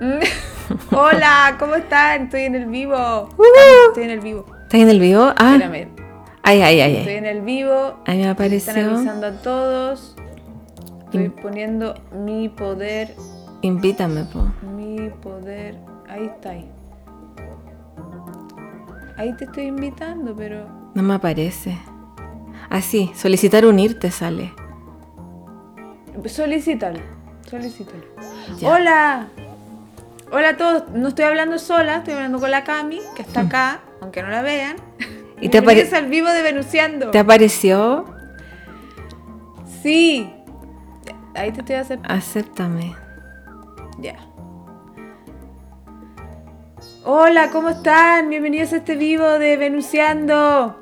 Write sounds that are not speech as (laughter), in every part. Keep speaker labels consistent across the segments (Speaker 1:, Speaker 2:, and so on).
Speaker 1: Mm. (laughs) Hola, ¿cómo están? Estoy en el vivo. Estoy en el vivo.
Speaker 2: ¿Estás en el vivo? Ah,
Speaker 1: Espérame.
Speaker 2: ay, ay, ay,
Speaker 1: Estoy
Speaker 2: ay.
Speaker 1: en el vivo.
Speaker 2: Ahí
Speaker 1: Están
Speaker 2: me apareció.
Speaker 1: avisando a todos. Estoy poniendo mi poder,
Speaker 2: Invítame, po.
Speaker 1: mi poder. Ahí está. Ahí, ahí te estoy invitando, pero
Speaker 2: No me aparece. Así, solicitar unirte sale.
Speaker 1: solicítalo. Solicítalo.
Speaker 2: Ya.
Speaker 1: Hola. Hola a todos. No estoy hablando sola, estoy hablando con la Cami, que está acá, aunque no la vean.
Speaker 2: Mm. ¿Y
Speaker 1: (laughs)
Speaker 2: te apare-
Speaker 1: Bienvenidos al vivo de Venuciando.
Speaker 2: ¿Te apareció?
Speaker 1: Sí. Ahí te estoy aceptando.
Speaker 2: Acéptame.
Speaker 1: Ya. Hola, ¿cómo están? Bienvenidos a este vivo de Venuciando.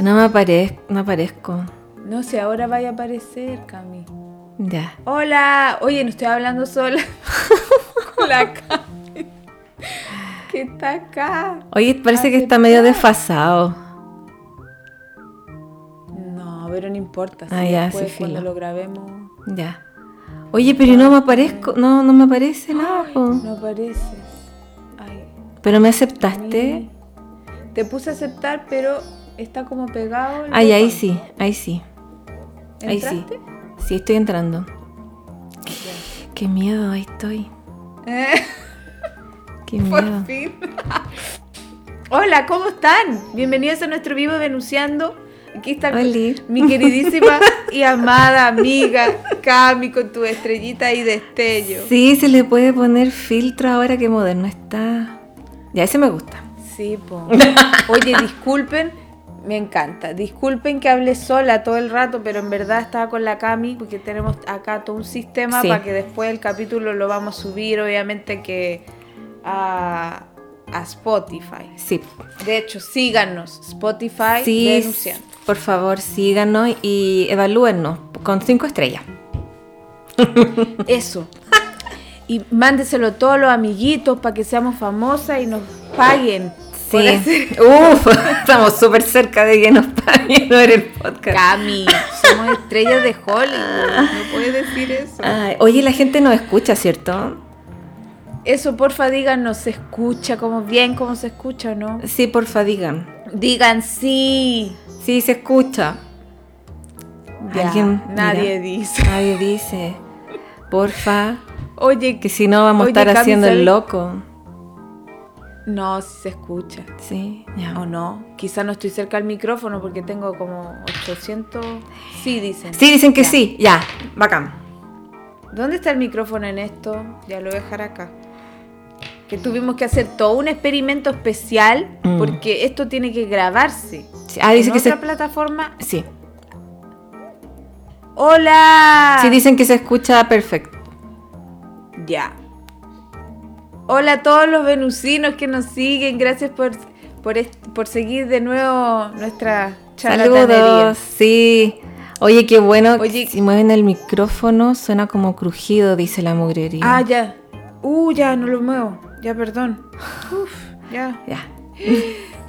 Speaker 2: No me aparezco. No aparezco.
Speaker 1: No sé, ahora vaya a aparecer, Cami.
Speaker 2: Ya.
Speaker 1: Hola. Oye, no estoy hablando sola. (laughs) Con la Cami. Que está acá.
Speaker 2: Oye, parece que está medio desfasado.
Speaker 1: No, pero no importa. sí,
Speaker 2: Ah, ya,
Speaker 1: después,
Speaker 2: sí,
Speaker 1: cuando
Speaker 2: filo.
Speaker 1: lo grabemos.
Speaker 2: Ya. Oye, pero no me aparezco. No, no me aparece nada, po.
Speaker 1: No apareces. Ay.
Speaker 2: Pero me aceptaste.
Speaker 1: Te puse a aceptar, pero está como pegado. el
Speaker 2: Ay, ahí
Speaker 1: botón.
Speaker 2: sí, ahí sí. Ahí sí.
Speaker 1: ¿Entraste?
Speaker 2: Sí, estoy entrando. Qué miedo, ahí estoy.
Speaker 1: Eh. (laughs)
Speaker 2: Qué
Speaker 1: Por
Speaker 2: miedo.
Speaker 1: fin. (laughs) Hola, ¿cómo están? Bienvenidos a nuestro vivo Venuciando. Aquí está
Speaker 2: Oli.
Speaker 1: mi
Speaker 2: (laughs)
Speaker 1: queridísima y amada amiga Cami con tu estrellita y destello. Sí,
Speaker 2: Sí, se le puede poner filtro ahora que moderno está. Ya, ese me gusta. (laughs)
Speaker 1: po. Oye, disculpen, me encanta. Disculpen que hablé sola todo el rato, pero en verdad estaba con la Cami porque tenemos acá todo un sistema
Speaker 2: Sí.
Speaker 1: para que después el capítulo lo vamos a subir, obviamente, que a, a Spotify.
Speaker 2: Sí.
Speaker 1: De hecho, síganos, Spotify,
Speaker 2: Sí,
Speaker 1: denuncian.
Speaker 2: por favor, síganos y evalúennos con cinco estrellas.
Speaker 1: Eso. Y mándeselo a todos los amiguitos para que seamos famosas y nos paguen. por hacer-
Speaker 2: Sí. (laughs) Uf, estamos súper cerca de que nos paguen (laughs) por el podcast.
Speaker 1: Cami, somos estrellas de Hollywood. No puedes decir eso.
Speaker 2: Ay, oye, la gente nos escucha, ¿cierto?
Speaker 1: Eso, porfa, díganos, ¿se escucha como bien, cómo se escucha o no?
Speaker 2: Sí, porfa, digan.
Speaker 1: Digan sí.
Speaker 2: Sí, se escucha.
Speaker 1: Ya,
Speaker 2: Alguien, mira.
Speaker 1: nadie dice.
Speaker 2: Nadie dice. Porfa,
Speaker 1: Oye,
Speaker 2: que si no vamos a
Speaker 1: Oye,
Speaker 2: estar
Speaker 1: Cami,
Speaker 2: haciendo el
Speaker 1: ¿sabes?
Speaker 2: loco.
Speaker 1: no, si se escucha.
Speaker 2: Sí, ya.
Speaker 1: ¿O no? Quizá no estoy cerca al micrófono porque tengo como 800... Sí, dicen.
Speaker 2: Sí, dicen que
Speaker 1: Ya.
Speaker 2: sí, ya, bacán.
Speaker 1: ¿Dónde está el micrófono en esto? Ya lo voy a dejar acá. Que tuvimos que hacer todo un experimento especial
Speaker 2: Mm.
Speaker 1: porque esto tiene que grabarse.
Speaker 2: Sí, Ah, dice
Speaker 1: en
Speaker 2: que
Speaker 1: otra
Speaker 2: se.
Speaker 1: plataforma.
Speaker 2: Sí.
Speaker 1: ¡Hola!
Speaker 2: Sí, dicen que se escucha perfecto.
Speaker 1: Ya. Hola a todos los venusinos que nos siguen. Gracias por, por, est- por seguir de nuevo nuestra charlatanería.
Speaker 2: Saludos, sí. Oye, qué bueno.
Speaker 1: Oye.
Speaker 2: si mueven el micrófono, suena como crujido, dice la mugrería.
Speaker 1: Ah, ya. Uh, ya, no lo muevo. Ya, perdón. Uf, ya.
Speaker 2: ya,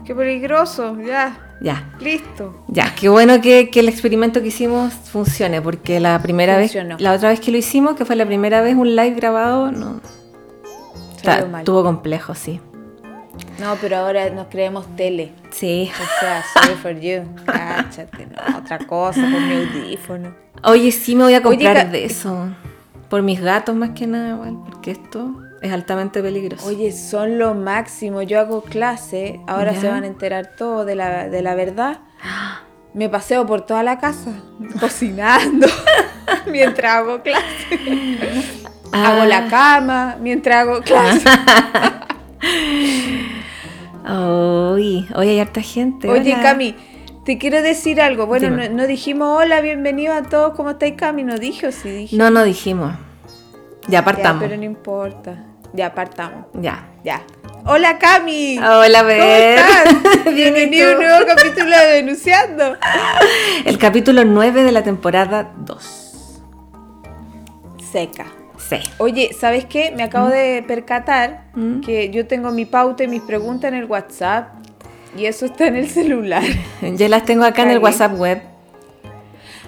Speaker 1: Qué peligroso. Ya.
Speaker 2: ya,
Speaker 1: Listo.
Speaker 2: ya. Qué bueno que, que el experimento que hicimos funcione, porque la primera
Speaker 1: Funcionó.
Speaker 2: vez, la otra vez que lo hicimos, que fue la primera vez un live grabado, no.
Speaker 1: Salió
Speaker 2: ta-
Speaker 1: mal.
Speaker 2: Tuvo complejo, sí.
Speaker 1: No, pero ahora nos creemos tele.
Speaker 2: Sí.
Speaker 1: O sea, sorry for you. Cáchate, no, otra cosa con mi audífono.
Speaker 2: Oye, sí me voy a comprar
Speaker 1: Ca-
Speaker 2: de eso. Por mis gatos más que nada, igual, porque esto es altamente peligroso.
Speaker 1: Oye, son lo máximo. Yo hago clase, ahora
Speaker 2: Ya.
Speaker 1: se van a enterar todo de la, de la verdad. Me paseo por toda la
Speaker 2: (gasps)
Speaker 1: casa, cocinando, (laughs) mientras hago clase.
Speaker 2: Ah.
Speaker 1: Hago la cama, mientras hago clase.
Speaker 2: Oye, oye, hay harta gente.
Speaker 1: Oye,
Speaker 2: hola.
Speaker 1: Cami, te quiero decir algo. Bueno, no,
Speaker 2: Dime.
Speaker 1: no dijimos hola, bienvenido a todos, ¿cómo estáis, Cami? No dije o sí dije.
Speaker 2: No, no dijimos. Ya
Speaker 1: Ya,
Speaker 2: partamos.
Speaker 1: pero no importa. Ya, partamos.
Speaker 2: Ya.
Speaker 1: Ya. Hola Cami.
Speaker 2: Hola,
Speaker 1: ¿Cómo
Speaker 2: ver.
Speaker 1: estás?
Speaker 2: (laughs) Bien, ¿y
Speaker 1: Bienvenido a
Speaker 2: tú?
Speaker 1: un nuevo capítulo de Denunciando.
Speaker 2: El capítulo 9 de la temporada 2.
Speaker 1: Seca.
Speaker 2: Sí.
Speaker 1: Oye, ¿sabes qué? Me acabo de percatar
Speaker 2: Mm.
Speaker 1: que yo tengo mi pauta y mis preguntas en el WhatsApp y eso está en el
Speaker 2: (laughs)
Speaker 1: celular.
Speaker 2: Ya las tengo acá en el
Speaker 1: Cagué.
Speaker 2: WhatsApp web.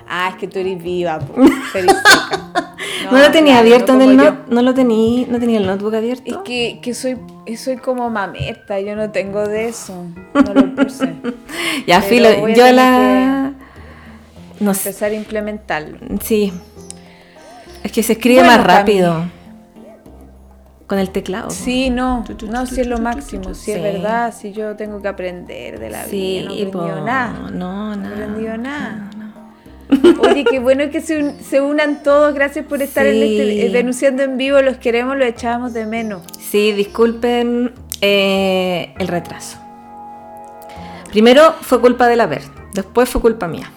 Speaker 1: Ah, es que tú eres viva, (laughs) po. Eres seca.
Speaker 2: No, lo tenía
Speaker 1: claro,
Speaker 2: abierto en
Speaker 1: como
Speaker 2: el
Speaker 1: yo.
Speaker 2: no, no lo tenía, no tenía el notebook abierto.
Speaker 1: Es que, que soy, soy como mameta, yo no tengo de eso. No lo
Speaker 2: (laughs)
Speaker 1: puse.
Speaker 2: ya
Speaker 1: pero
Speaker 2: filo,
Speaker 1: voy a
Speaker 2: yo
Speaker 1: tener
Speaker 2: la no sé.
Speaker 1: Empezar a implementarlo.
Speaker 2: Sí. Es que se escribe
Speaker 1: Bueno,
Speaker 2: más
Speaker 1: Cami.
Speaker 2: rápido. Con el teclado.
Speaker 1: Sí, no,
Speaker 2: Tu, tu,
Speaker 1: no,
Speaker 2: tu,
Speaker 1: si es
Speaker 2: tu,
Speaker 1: lo
Speaker 2: tu, tu,
Speaker 1: máximo,
Speaker 2: tu.
Speaker 1: si es
Speaker 2: Sí.
Speaker 1: verdad, si yo tengo que aprender de la
Speaker 2: Sí,
Speaker 1: vida, no he aprendido
Speaker 2: po,
Speaker 1: nada.
Speaker 2: No, nada.
Speaker 1: aprendido nada.
Speaker 2: No, no.
Speaker 1: Oye, qué bueno que se, un- se unan todos, gracias por estar en
Speaker 2: Sí.
Speaker 1: este, eh, denunciando en vivo, los queremos, los echábamos de menos.
Speaker 2: (laughs) Sí, disculpen eh, el retraso. Primero fue culpa de la ver, después fue culpa mía.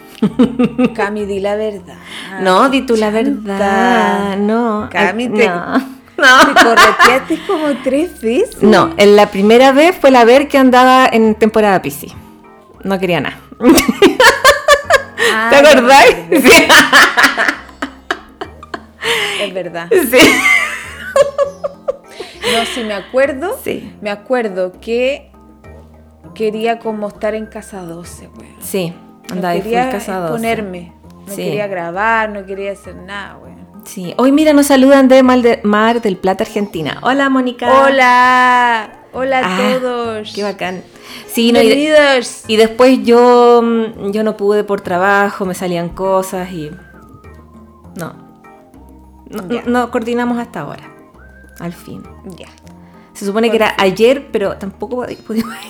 Speaker 1: Cami, di la verdad.
Speaker 2: no, di tú la
Speaker 1: Ah, chanta.
Speaker 2: verdad. No. ay,
Speaker 1: Cami, te-
Speaker 2: no.
Speaker 1: Te correteaste como tres veces.
Speaker 2: No, en la primera vez fue la ver que andaba en temporada PC. No quería nada.
Speaker 1: Ah,
Speaker 2: ¿Te
Speaker 1: ya me
Speaker 2: acordáis?
Speaker 1: acordé.
Speaker 2: (laughs)
Speaker 1: Es verdad.
Speaker 2: Sí. sí.
Speaker 1: No, si me acuerdo,
Speaker 2: Sí.
Speaker 1: me acuerdo que quería como estar en casa 12, weón.
Speaker 2: Sí,
Speaker 1: No
Speaker 2: andaba ahí full
Speaker 1: quería
Speaker 2: casado.
Speaker 1: ponerme. No
Speaker 2: Sí.
Speaker 1: quería grabar, no quería hacer nada, weón.
Speaker 2: Sí. Hoy mira, nos saludan de Mal de- Mar del Plata, Argentina. Hola, Mónica.
Speaker 1: Hola, hola a
Speaker 2: Ah,
Speaker 1: todos.
Speaker 2: Qué bacán. Sí, no, y, de-
Speaker 1: Bienvenidos.
Speaker 2: y después yo, mm, yo no pude por trabajo, me salían cosas y. No. No,
Speaker 1: Ya.
Speaker 2: no coordinamos hasta ahora. Al fin.
Speaker 1: Ya.
Speaker 2: Se supone que era ayer, pero tampoco pudimos (laughs)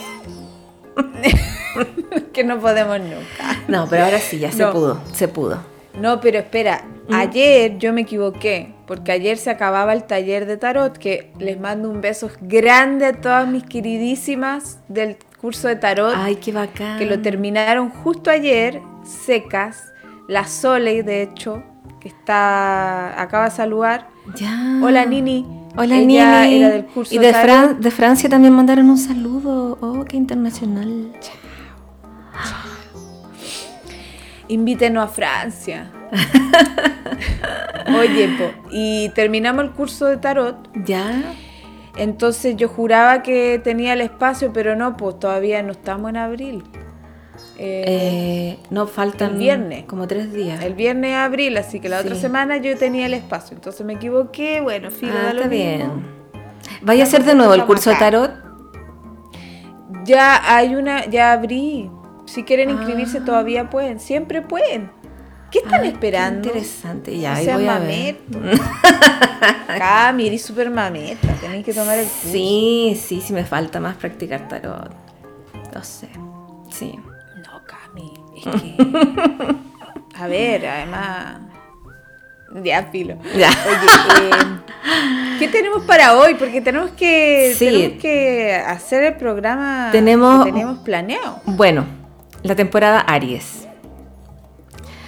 Speaker 2: ir.
Speaker 1: (laughs) que no podemos nunca.
Speaker 2: No, pero ahora sí, ya se
Speaker 1: No.
Speaker 2: pudo. Se pudo.
Speaker 1: No, pero espera,
Speaker 2: Mm.
Speaker 1: ayer yo me equivoqué, porque ayer se acababa el taller de tarot, que les mando un beso grande a todas mis queridísimas del curso de tarot.
Speaker 2: Ay, qué bacán.
Speaker 1: que lo terminaron justo ayer, secas. La Sole, de hecho, que está acaba de saludar.
Speaker 2: Ya.
Speaker 1: Hola Nini.
Speaker 2: Ah. Hola
Speaker 1: Ella
Speaker 2: Nini.
Speaker 1: Era del curso
Speaker 2: y de,
Speaker 1: tarot.
Speaker 2: Fran- de Francia también mandaron un saludo. Oh, qué internacional.
Speaker 1: Invítenos a
Speaker 2: (laughs)
Speaker 1: Francia. Oye, po, y terminamos el curso de tarot.
Speaker 2: Ya.
Speaker 1: Entonces yo juraba que tenía el espacio, pero no, pues todavía no estamos en abril. Eh,
Speaker 2: Eh, no faltan
Speaker 1: el viernes.
Speaker 2: como tres días.
Speaker 1: el viernes es abril, así que la otra
Speaker 2: Sí.
Speaker 1: semana yo tenía el espacio. Entonces me equivoqué, bueno, filo,
Speaker 2: Ah,
Speaker 1: da lo
Speaker 2: está
Speaker 1: mismo.
Speaker 2: bien. Vaya a hacer de nuevo el
Speaker 1: Estamos
Speaker 2: curso de
Speaker 1: acá.
Speaker 2: tarot.
Speaker 1: Ya hay una, ya abrí. Si quieren inscribirse
Speaker 2: Ah.
Speaker 1: todavía pueden, siempre pueden. ¿Qué están
Speaker 2: Ay, qué
Speaker 1: esperando?
Speaker 2: Interesante, ya.
Speaker 1: No
Speaker 2: ahí
Speaker 1: sean
Speaker 2: voy a ver.
Speaker 1: mametos.
Speaker 2: (laughs)
Speaker 1: Cami, eres súper mameta, tenés que tomar el curso.
Speaker 2: Sí, sí, sí, me falta más practicar tarot. No sé. Sí.
Speaker 1: No, Cami, es que...
Speaker 2: (laughs)
Speaker 1: A ver, además... Ya, filo.
Speaker 2: Ya.
Speaker 1: Oye, eh, ¿qué tenemos para hoy? Porque tenemos que,
Speaker 2: Sí.
Speaker 1: tenemos que hacer el programa
Speaker 2: Tenemos-
Speaker 1: que tenemos planeado.
Speaker 2: Bueno, la temporada Aries.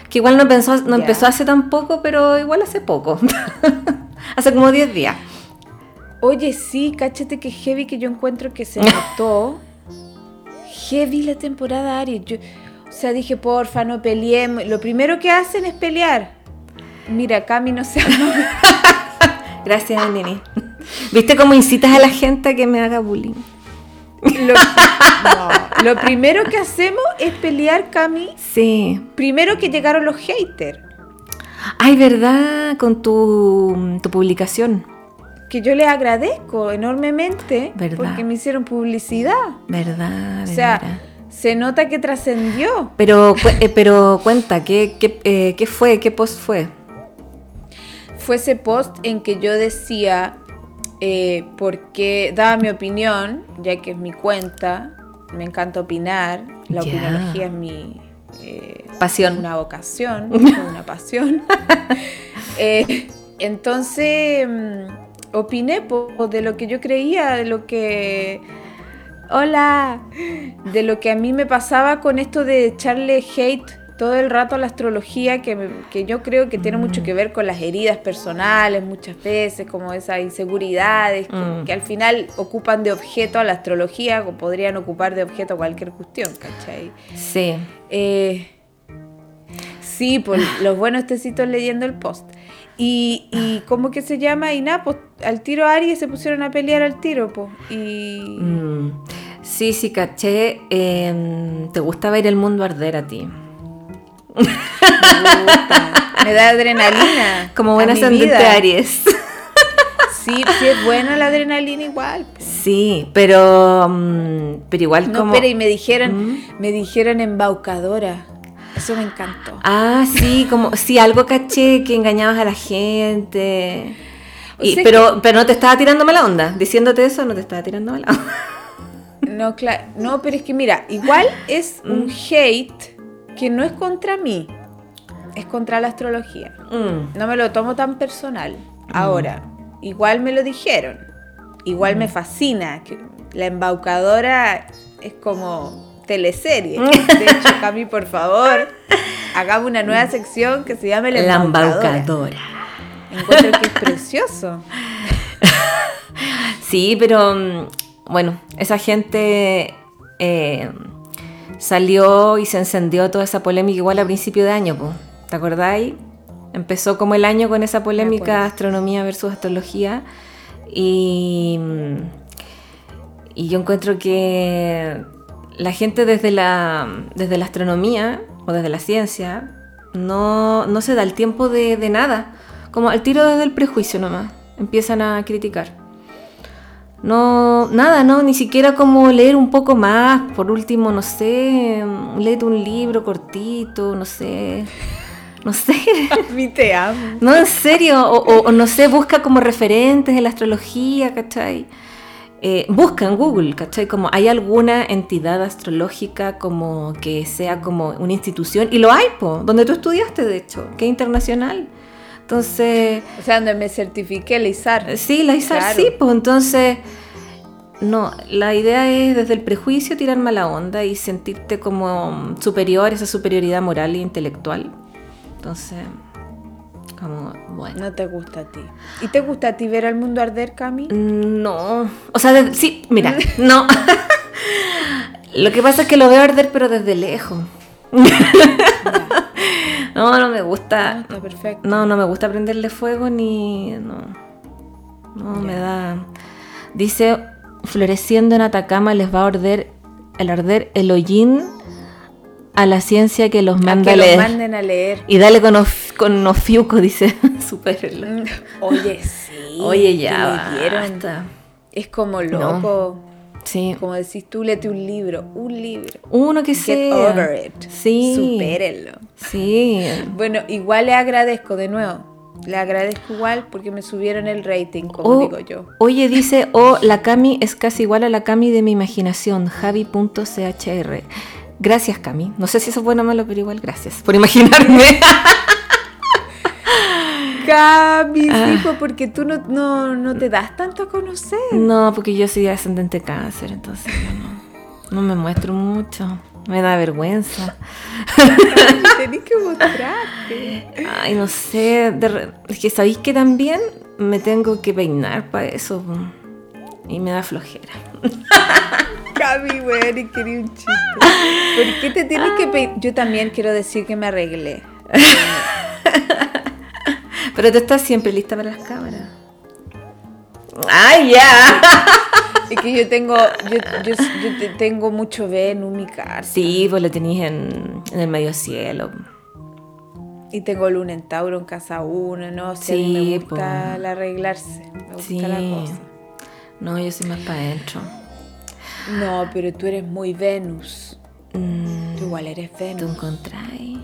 Speaker 2: Que igual no, pensó, no
Speaker 1: Ya.
Speaker 2: empezó hace tan poco, pero igual hace poco. (laughs) hace como 10 días.
Speaker 1: Oye, sí, cáchate que heavy que yo encuentro que se notó. heavy la temporada Aries. Yo, o sea, dije, porfa, no peleemos. Lo primero que hacen es pelear. Mira, Cami no se ama.
Speaker 2: Gracias, Nini. ¿Viste cómo incitas a la gente a que me haga bullying?
Speaker 1: Lo, no. Lo primero que hacemos es pelear, Cami.
Speaker 2: Sí.
Speaker 1: Primero que llegaron los haters.
Speaker 2: Ay, ¿verdad? Con tu, tu publicación.
Speaker 1: Que yo les agradezco enormemente
Speaker 2: ¿Verdad?
Speaker 1: porque me hicieron publicidad.
Speaker 2: ¿Verdad?
Speaker 1: O
Speaker 2: verdad.
Speaker 1: sea, se nota que trascendió.
Speaker 2: Pero, cu- eh, pero cuenta, ¿qué, qué, eh, qué fue? ¿Qué post fue?
Speaker 1: fue ese post en que yo decía, eh, porque daba mi opinión, ya que es mi cuenta, me encanta opinar, la
Speaker 2: Ya.
Speaker 1: opinología es mi... eh,
Speaker 2: Pasión.
Speaker 1: Una vocación, una pasión. (laughs) Eh, entonces, mm, opiné po, de lo que yo creía, de lo que... Hola, de lo que a mí me pasaba con esto de echarle hate todo el rato a la astrología, que, me- que yo creo que tiene mucho que ver con las heridas personales muchas veces, como esas inseguridades que,
Speaker 2: Mm.
Speaker 1: que al final ocupan de objeto a la astrología o podrían ocupar de objeto cualquier cuestión, ¿cachai?
Speaker 2: Sí.
Speaker 1: Eh, sí, por
Speaker 2: Ah.
Speaker 1: los buenos tecitos leyendo el post. Y, y
Speaker 2: Ah.
Speaker 1: ¿cómo que se llama? Y nada, pues al tiro Aries se pusieron a pelear al tiro, pues. Y
Speaker 2: Mm. Sí, sí, caché. Eh, ¿Te gusta ver el mundo arder a ti?
Speaker 1: puta, me da adrenalina.
Speaker 2: (laughs) Como
Speaker 1: a
Speaker 2: buen
Speaker 1: mi
Speaker 2: ascendente
Speaker 1: vida.
Speaker 2: Aries. (laughs)
Speaker 1: Sí, sí es buena la adrenalina igual. po.
Speaker 2: Sí, pero, mm, pero igual
Speaker 1: No,
Speaker 2: como...
Speaker 1: espera, y me dijeron,
Speaker 2: Mm.
Speaker 1: me dijeron embaucadora. Eso me encantó.
Speaker 2: Ah, sí, como, sí, algo caché que engañabas a la gente.
Speaker 1: O
Speaker 2: Y-
Speaker 1: sea
Speaker 2: pero, pero no te estaba tirando mala onda. Diciéndote eso, no te estaba tirando mala
Speaker 1: (laughs)
Speaker 2: onda.
Speaker 1: No, claro. No, pero es que mira, igual es
Speaker 2: Mm.
Speaker 1: un hate que no es contra mí, es contra la astrología.
Speaker 2: Mm,
Speaker 1: No me lo tomo tan personal. Ahora, igual me lo dijeron. Igual me fascina. que La embaucadora es como teleserie. De hecho, Cami, por favor, hagamos una nueva sección que se llame La
Speaker 2: La
Speaker 1: embaucadora.
Speaker 2: embaucadora.
Speaker 1: Encuentro que es precioso. (laughs)
Speaker 2: Sí, pero mm, bueno, esa gente eh, salió y se encendió toda esa polémica igual a principio de año, po. ¿te acordáis? Empezó como el año con esa
Speaker 1: acuerdo.
Speaker 2: polémica astronomía versus astrología y, mm, y yo encuentro que la gente desde la, desde la astronomía o desde la ciencia no, no se da el tiempo de, de nada, como al tiro desde el prejuicio nomás, empiezan a criticar. No, nada, no, ni siquiera como leer un poco más, por último, no sé, leer un libro cortito, no sé, no sé, (laughs)
Speaker 1: Cami, te amo.
Speaker 2: no, en serio, o, o- o no sé, busca como referentes en la astrología, ¿cachai? Eh, busca en Google, ¿cachai? Como hay alguna entidad astrológica como que sea como una institución, y lo hay, po, donde tú estudiaste, de hecho, que es internacional. Entonces...
Speaker 1: O sea, donde me certifiqué, la ISAR.
Speaker 2: Sí, la ISAR
Speaker 1: Claro.
Speaker 2: sí, pues entonces. No, la idea es desde el prejuicio tirar mala onda y sentirte como mm, superior, esa superioridad moral e intelectual. Entonces, como, bueno.
Speaker 1: No te gusta a ti. ¿Y te gusta a ti ver al mundo arder, Cami?
Speaker 2: No, o sea, de- sí,
Speaker 1: (laughs)
Speaker 2: mira, no. (laughs) lo que pasa es que lo veo arder, pero desde lejos. (laughs) no, no me
Speaker 1: No,
Speaker 2: gusta.
Speaker 1: está perfecto.
Speaker 2: No, no me gusta prenderle fuego ni. No. No, me da. Dice: Floreciendo en Atacama les va a arder el arder el hollín a la ciencia que los
Speaker 1: A
Speaker 2: manda
Speaker 1: que
Speaker 2: a
Speaker 1: lo
Speaker 2: leer.
Speaker 1: manden a leer.
Speaker 2: Y dale con, of- con ofiuco, (laughs) dice. Superlo.
Speaker 1: Mm,
Speaker 2: (laughs)
Speaker 1: Oye, sí.
Speaker 2: Oye,
Speaker 1: que
Speaker 2: ya.
Speaker 1: le dieron.
Speaker 2: basta.
Speaker 1: Es como loco.
Speaker 2: Sí.
Speaker 1: Como decís tú, léete un libro. Un libro.
Speaker 2: Uno que
Speaker 1: Get
Speaker 2: sea.
Speaker 1: over it.
Speaker 2: Sí.
Speaker 1: Supérenlo.
Speaker 2: Sí.
Speaker 1: (laughs) Bueno, igual le agradezco de nuevo. Le agradezco igual porque me subieron el rating, como
Speaker 2: O-
Speaker 1: digo yo.
Speaker 2: Oye, dice, o la Cami es casi igual a la Cami de mi imaginación, javi.chr. Gracias, Cami. No sé si eso es bueno o malo, pero igual gracias por imaginarme. (laughs)
Speaker 1: Cami,
Speaker 2: Ah.
Speaker 1: sí, po, porque tú no, no, no te das tanto a
Speaker 2: (laughs)
Speaker 1: conocer.
Speaker 2: no, porque yo soy ascendente cáncer, entonces yo no, no me muestro mucho. Me da vergüenza.
Speaker 1: Cami, tenés que mostrarte.
Speaker 2: Ay, no sé. de re- es que sabéis que también me tengo que peinar para eso. po, Y me da flojera.
Speaker 1: Cami, weón, y quería un chiste. ¿Por qué te tienes
Speaker 2: Ah.
Speaker 1: que pedir? Yo también quiero decir que me arreglé.
Speaker 2: Pero tú estás siempre lista para las cámaras. ¡Ay, ya!
Speaker 1: Es que yo tengo, yo, yo, yo te- tengo mucho ven en mi casa.
Speaker 2: Sí, pues lo tenéis en, en el medio cielo.
Speaker 1: Y tengo luna en Tauro en casa uno, no sé,
Speaker 2: Sí,
Speaker 1: me gusta
Speaker 2: po.
Speaker 1: el arreglarse, me gusta
Speaker 2: Sí.
Speaker 1: la cosa.
Speaker 2: No, yo soy más para adentro.
Speaker 1: No, pero tú eres muy Venus,
Speaker 2: Mm,
Speaker 1: tú igual eres
Speaker 2: ¿Tú
Speaker 1: Venus,
Speaker 2: encontráis?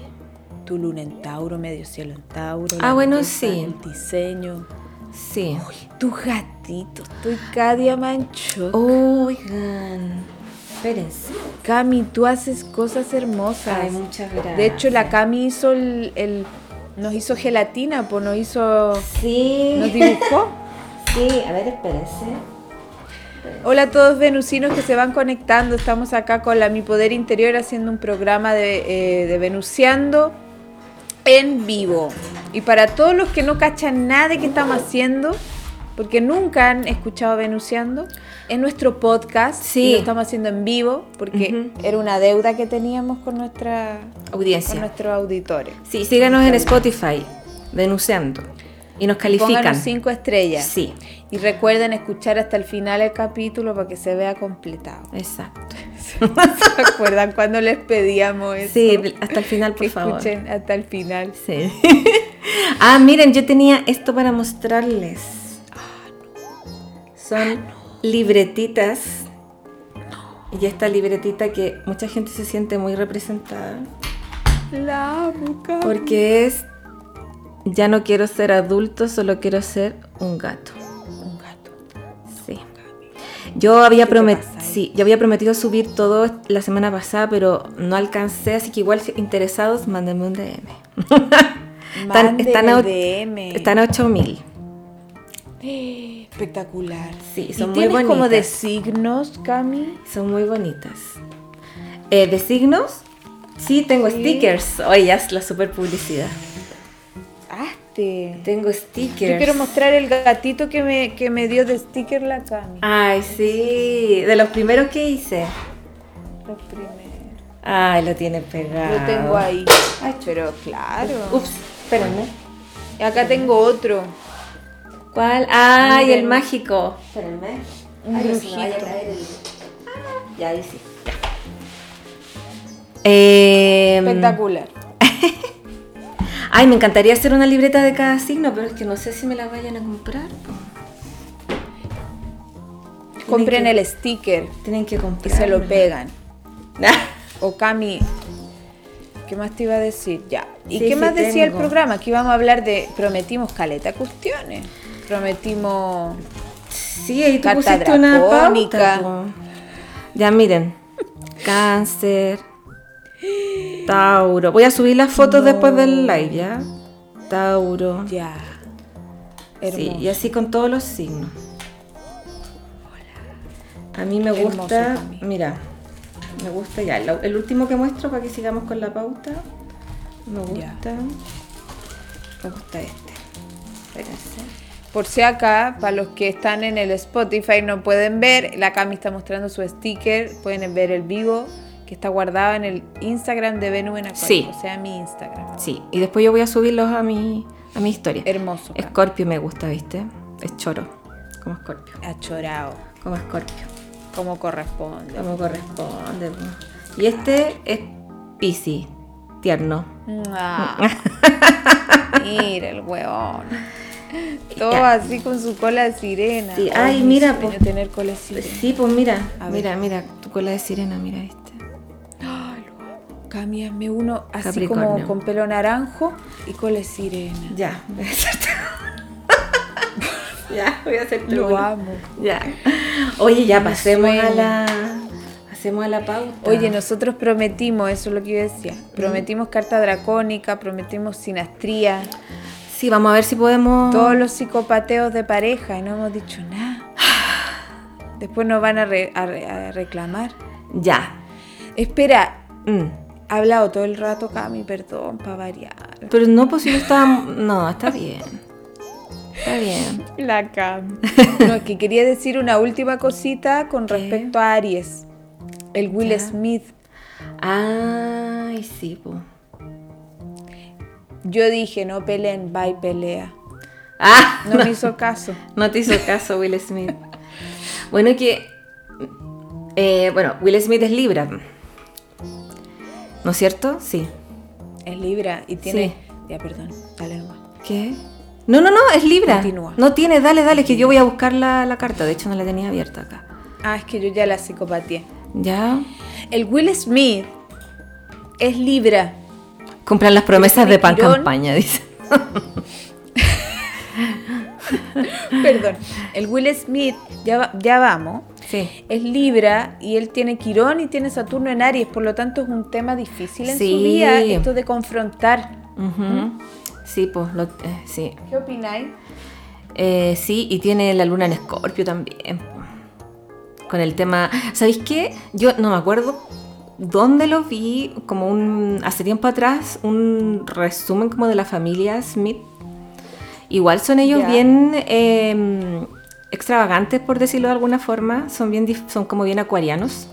Speaker 1: tu luna en Tauro, medio cielo en Tauro.
Speaker 2: Ah,
Speaker 1: la
Speaker 2: bueno,
Speaker 1: belleza,
Speaker 2: sí.
Speaker 1: El diseño,
Speaker 2: Sí.
Speaker 1: tus gatitos, estoy cada día mancho.
Speaker 2: Oigan. Espérense.
Speaker 1: Cami, tú haces cosas hermosas.
Speaker 2: Oh. Ay, muchas gracias.
Speaker 1: De hecho, la Cami hizo el, el- nos hizo gelatina, pues nos hizo,
Speaker 2: Sí. (laughs)
Speaker 1: nos dibujó.
Speaker 2: Sí, a ver, espérense.
Speaker 1: Hola a todos venusinos que se van conectando. Estamos acá con la Mi Poder Interior haciendo un programa de, eh, de Venusiando en vivo. Y para todos los que no cachan nada de qué estamos haciendo, porque nunca han escuchado Venusiando, es nuestro podcast.
Speaker 2: Sí.
Speaker 1: y lo estamos haciendo en vivo porque
Speaker 2: Ujú.
Speaker 1: era una deuda que teníamos con, nuestra, con
Speaker 2: Audiencia.
Speaker 1: nuestros auditores.
Speaker 2: Sí, síganos en Spotify, denunciando. Y nos califican.
Speaker 1: Pónganos cinco estrellas.
Speaker 2: Sí,
Speaker 1: Y recuerden escuchar hasta el final el capítulo para que se vea completado.
Speaker 2: exacto.
Speaker 1: (laughs) ¿Se acuerdan cuando les pedíamos eso?
Speaker 2: Sí, hasta el final, por
Speaker 1: que
Speaker 2: favor.
Speaker 1: (laughs) escuchen hasta el final.
Speaker 2: Sí. (laughs) ah, miren, yo tenía esto para mostrarles.
Speaker 1: Ah,
Speaker 2: Son libretitas. Y esta libretita que mucha gente se siente muy representada.
Speaker 1: La amo, Cami.
Speaker 2: Porque es, ya no quiero ser adulto, solo quiero ser un gato.
Speaker 1: un gato.
Speaker 2: Sí. Yo había,
Speaker 1: ¿Qué te
Speaker 2: promet-
Speaker 1: pasa ahí?
Speaker 2: sí, yo había prometido subir todo la semana pasada, pero no alcancé, así que igual si interesados, mándenme un DM. Están,
Speaker 1: Mándenle
Speaker 2: están, a,
Speaker 1: DM.
Speaker 2: están a 8000.
Speaker 1: Eh, Espectacular.
Speaker 2: Sí,
Speaker 1: ¿Y
Speaker 2: son muy
Speaker 1: tienes como
Speaker 2: bonitas.
Speaker 1: de signos, Cami?
Speaker 2: Son muy bonitas. Eh, ¿De signos? Sí, tengo
Speaker 1: Sí.
Speaker 2: stickers. Oye, ya es la super publicidad.
Speaker 1: Hazte.
Speaker 2: Tengo stickers.
Speaker 1: Yo quiero mostrar el gatito que me, que me dio de sticker la Cami.
Speaker 2: Ay, sí, de los primeros que hice.
Speaker 1: Los primeros.
Speaker 2: Ay, lo tiene pegado.
Speaker 1: Lo tengo ahí. Ay, pero claro.
Speaker 2: Ah. Ups, espérame.
Speaker 1: Y acá tengo otro.
Speaker 2: ¿Cuál? Ay, el
Speaker 1: Miren.
Speaker 2: mágico. Espérame.
Speaker 1: Un
Speaker 2: Ay, no se me vaya a
Speaker 1: brujito.
Speaker 2: caer el- Ah, Ya, ahí sí. ya.
Speaker 1: Espectacular.
Speaker 2: Em, Ay, me encantaría hacer una libreta de cada signo, pero es que no sé si me la vayan a comprar.
Speaker 1: Compren el sticker
Speaker 2: Tienen que
Speaker 1: y
Speaker 2: comprar.
Speaker 1: se lo pegan. (laughs) O Cami, ¿qué más te iba a decir? Ya. ¿Y
Speaker 2: Sí,
Speaker 1: qué
Speaker 2: sí
Speaker 1: más decía el
Speaker 2: tengo.
Speaker 1: programa? Aquí vamos a hablar de. Prometimos caleta cuestiones. Prometimos.
Speaker 2: sí, ahí tú
Speaker 1: Carta
Speaker 2: pusiste una
Speaker 1: dracónica.
Speaker 2: pauta. po. Ya miren. Cáncer. Tauro. Voy a subir las fotos después del live, ¿ya? Tauro.
Speaker 1: Ya.
Speaker 2: Sí,
Speaker 1: Hermoso.
Speaker 2: y así con todos los signos. A mí me
Speaker 1: Hermoso
Speaker 2: gusta,
Speaker 1: también.
Speaker 2: mira, me gusta ya, la- el último que muestro para que sigamos con la pauta. Me
Speaker 1: Ya.
Speaker 2: gusta, me gusta este. Espérense.
Speaker 1: Por si acá, para los que están en el Spotify no pueden ver, la Cami está mostrando su sticker, pueden ver el vivo que está guardado en el Instagram de Venu en Acuario,
Speaker 2: Sí.
Speaker 1: o sea, mi Instagram.
Speaker 2: Sí, y después yo voy a subirlos a mi, a mi historia.
Speaker 1: Hermoso. Cami.
Speaker 2: Escorpio me gusta, ¿viste? Es choro, como escorpio,
Speaker 1: Achorado,
Speaker 2: como escorpio,
Speaker 1: como corresponde.
Speaker 2: como corresponde. po. Y este es Piscis, tierno. (laughs)
Speaker 1: Ah, mira el huevón. Todo
Speaker 2: Ya.
Speaker 1: así con su cola de sirena.
Speaker 2: Sí, ay, mira,
Speaker 1: mi sueño
Speaker 2: pues-
Speaker 1: tener cola de sirena.
Speaker 2: Sí, pues mira,
Speaker 1: A ver.
Speaker 2: mira, mira, tu cola de sirena, mira, este. ¿viste?
Speaker 1: Cámbiame uno así como
Speaker 2: Capricornio.
Speaker 1: con pelo naranjo y cola de sirena.
Speaker 2: Ya, voy a (laughs) hacerte. ya, voy a hacerte.
Speaker 1: Lo
Speaker 2: uno.
Speaker 1: amo.
Speaker 2: Ya. Oye, ya pasemos a
Speaker 1: sueño.
Speaker 2: la. Hacemos a la pauta.
Speaker 1: Oye, nosotros prometimos, eso es lo que yo decía,
Speaker 2: Mm.
Speaker 1: prometimos carta dracónica, prometimos sinastría,
Speaker 2: Sí, vamos a ver si podemos.
Speaker 1: todos los psicopateos de pareja y no hemos dicho nada.
Speaker 2: Ah.
Speaker 1: Después nos van a, re- a re- a reclamar.
Speaker 2: Ya.
Speaker 1: Espera,
Speaker 2: Mm.
Speaker 1: ha hablado todo el rato Cami, perdón, para variar.
Speaker 2: Pero no, pues si no está. No, está bien. Está bien.
Speaker 1: La Cami. (laughs) No, es que quería decir una última cosita con
Speaker 2: ¿Qué?
Speaker 1: respecto a Aries, el Will
Speaker 2: Ya.
Speaker 1: Smith.
Speaker 2: Ay, sí, pues.
Speaker 1: Yo dije, no peleen, va y pelea.
Speaker 2: Ah,
Speaker 1: No me hizo caso.
Speaker 2: No te hizo caso Will Smith. Bueno, que. eh, bueno, Will Smith es Libra. ¿No es cierto? Sí.
Speaker 1: Es Libra y tiene...
Speaker 2: Sí.
Speaker 1: Ya, perdón, dale nomás.
Speaker 2: ¿Qué? No, no, no, es Libra.
Speaker 1: Continúa.
Speaker 2: No tiene, dale, dale, que yo voy a buscar la, la carta. De hecho, no la tenía abierta acá.
Speaker 1: Ah, es que yo ya la psicopatía.
Speaker 2: ¿Ya?
Speaker 1: El Will Smith es
Speaker 2: (laughs)
Speaker 1: Libra.
Speaker 2: Compran las promesas de pan
Speaker 1: Tirón.
Speaker 2: campaña, dice.
Speaker 1: Perdón. El Will Smith, ya, va- ya vamos.
Speaker 2: Sí.
Speaker 1: Es Libra y él tiene Quirón y tiene Saturno en Aries, por lo tanto es un tema difícil en su
Speaker 2: Sí.
Speaker 1: vida esto de confrontar.
Speaker 2: Ujú. Sí, pues, lo- eh, sí.
Speaker 1: ¿Qué opináis?
Speaker 2: Eh, sí, y tiene la luna en escorpio también. po. con el tema. ¿Sabéis qué? Yo no me acuerdo dónde lo vi, como un. hace tiempo atrás, un resumen como de la familia Smith. Igual son ellos
Speaker 1: Ya.
Speaker 2: bien eh, extravagantes, por decirlo de alguna forma. Son, bien, dif- son como bien acuarianos.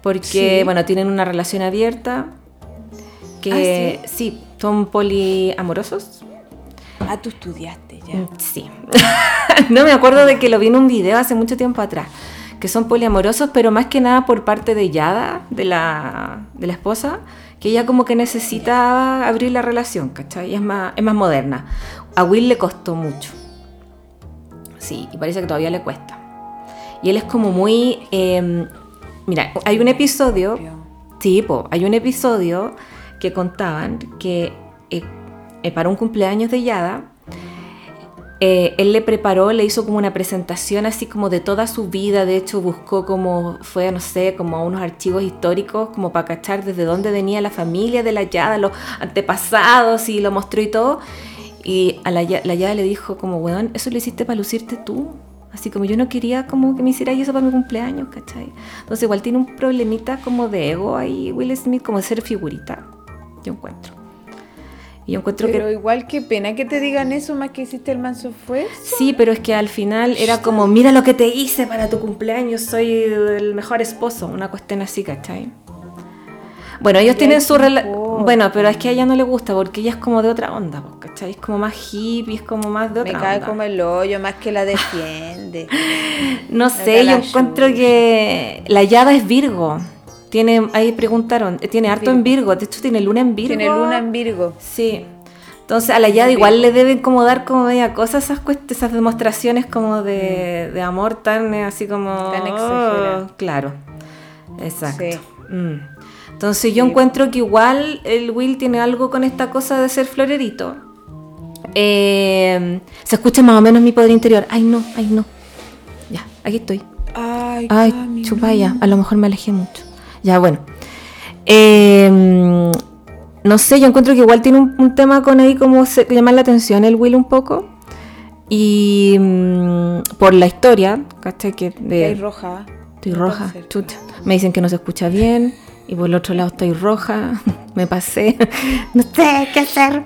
Speaker 2: Porque,
Speaker 1: Sí.
Speaker 2: bueno, tienen una relación abierta. Que
Speaker 1: Ah,
Speaker 2: sí, son poliamorosos.
Speaker 1: Ah, tú estudiaste ya.
Speaker 2: Eh, Sí. (laughs) no me acuerdo de que lo vi en un video hace mucho tiempo atrás. Que son poliamorosos, pero más que nada por parte de Yada, de la, de la esposa, que ella como que necesitaba abrir la relación, ¿cachai? Y es más, es más moderna. A Will le costó mucho. Sí, y parece que todavía le cuesta. Y él es como muy... eh, mira, hay un episodio Sí, po, hay un episodio que contaban que eh, eh, para un cumpleaños de Yada, eh, él le preparó, le hizo como una presentación así como de toda su vida, de hecho buscó como, fue, no sé, como a unos archivos históricos, como para cachar desde dónde venía la familia de la Yada, los antepasados y lo mostró y todo. Y a la, Ya- la Yada le dijo como, weón, eso lo hiciste para lucirte tú. Así como yo no quería como que me hiciera eso para mi cumpleaños, ¿cachai? Entonces igual tiene un problemita como de ego ahí Will Smith, como de ser figurita, yo encuentro. Y yo encuentro que...
Speaker 1: Pero igual qué pena que te digan eso más que hiciste el manso fue.
Speaker 2: Sí, pero es que al final era como, mira lo que te hice para tu cumpleaños, soy el mejor esposo, una cuestión así, ¿cachai? Bueno, ellos
Speaker 1: Ya,
Speaker 2: tienen su
Speaker 1: ¿qué
Speaker 2: relación...
Speaker 1: importa?
Speaker 2: Bueno, pero es que a ella no le gusta porque ella es como de otra onda, pues, ¿cachai? Es como más hippie, es como más de
Speaker 1: Me
Speaker 2: otra
Speaker 1: cae
Speaker 2: onda.
Speaker 1: como el hoyo, más que la (laughs) defiende.
Speaker 2: No
Speaker 1: cae
Speaker 2: sé, yo
Speaker 1: la
Speaker 2: encuentro
Speaker 1: chucha.
Speaker 2: que la Yada es Virgo. Tiene, ahí preguntaron, eh, tiene harto en Virgo, de hecho tiene luna en Virgo.
Speaker 1: Tiene luna en Virgo.
Speaker 2: Sí. Mm. Entonces a la Yada igual le deben como dar como media cosa esas, cuest- esas demostraciones como de, de amor tan eh, así como...
Speaker 1: Mm. Tan exagerado.
Speaker 2: Oh, claro. Exacto.
Speaker 1: Sí.
Speaker 2: Mm. Entonces yo encuentro que igual el Will tiene algo con esta cosa de ser florerito. Eh, se escucha más o menos mi poder interior. Ay no, ay no. Ya, aquí estoy.
Speaker 1: Ay,
Speaker 2: Ay,
Speaker 1: Cami,
Speaker 2: chupalla, a lo mejor me alejé mucho. Ya, bueno. Eh, no sé, yo encuentro que igual tiene un, un tema con ahí como se, llamar la atención el Will un poco. Y mm, por la historia, ¿cachai? Que de-
Speaker 1: Estoy roja.
Speaker 2: estoy
Speaker 1: No
Speaker 2: roja,
Speaker 1: tan cerca.
Speaker 2: chucha. Me dicen que no se escucha bien. Y por el otro lado estoy roja. (laughs) me pasé. no sé qué hacer.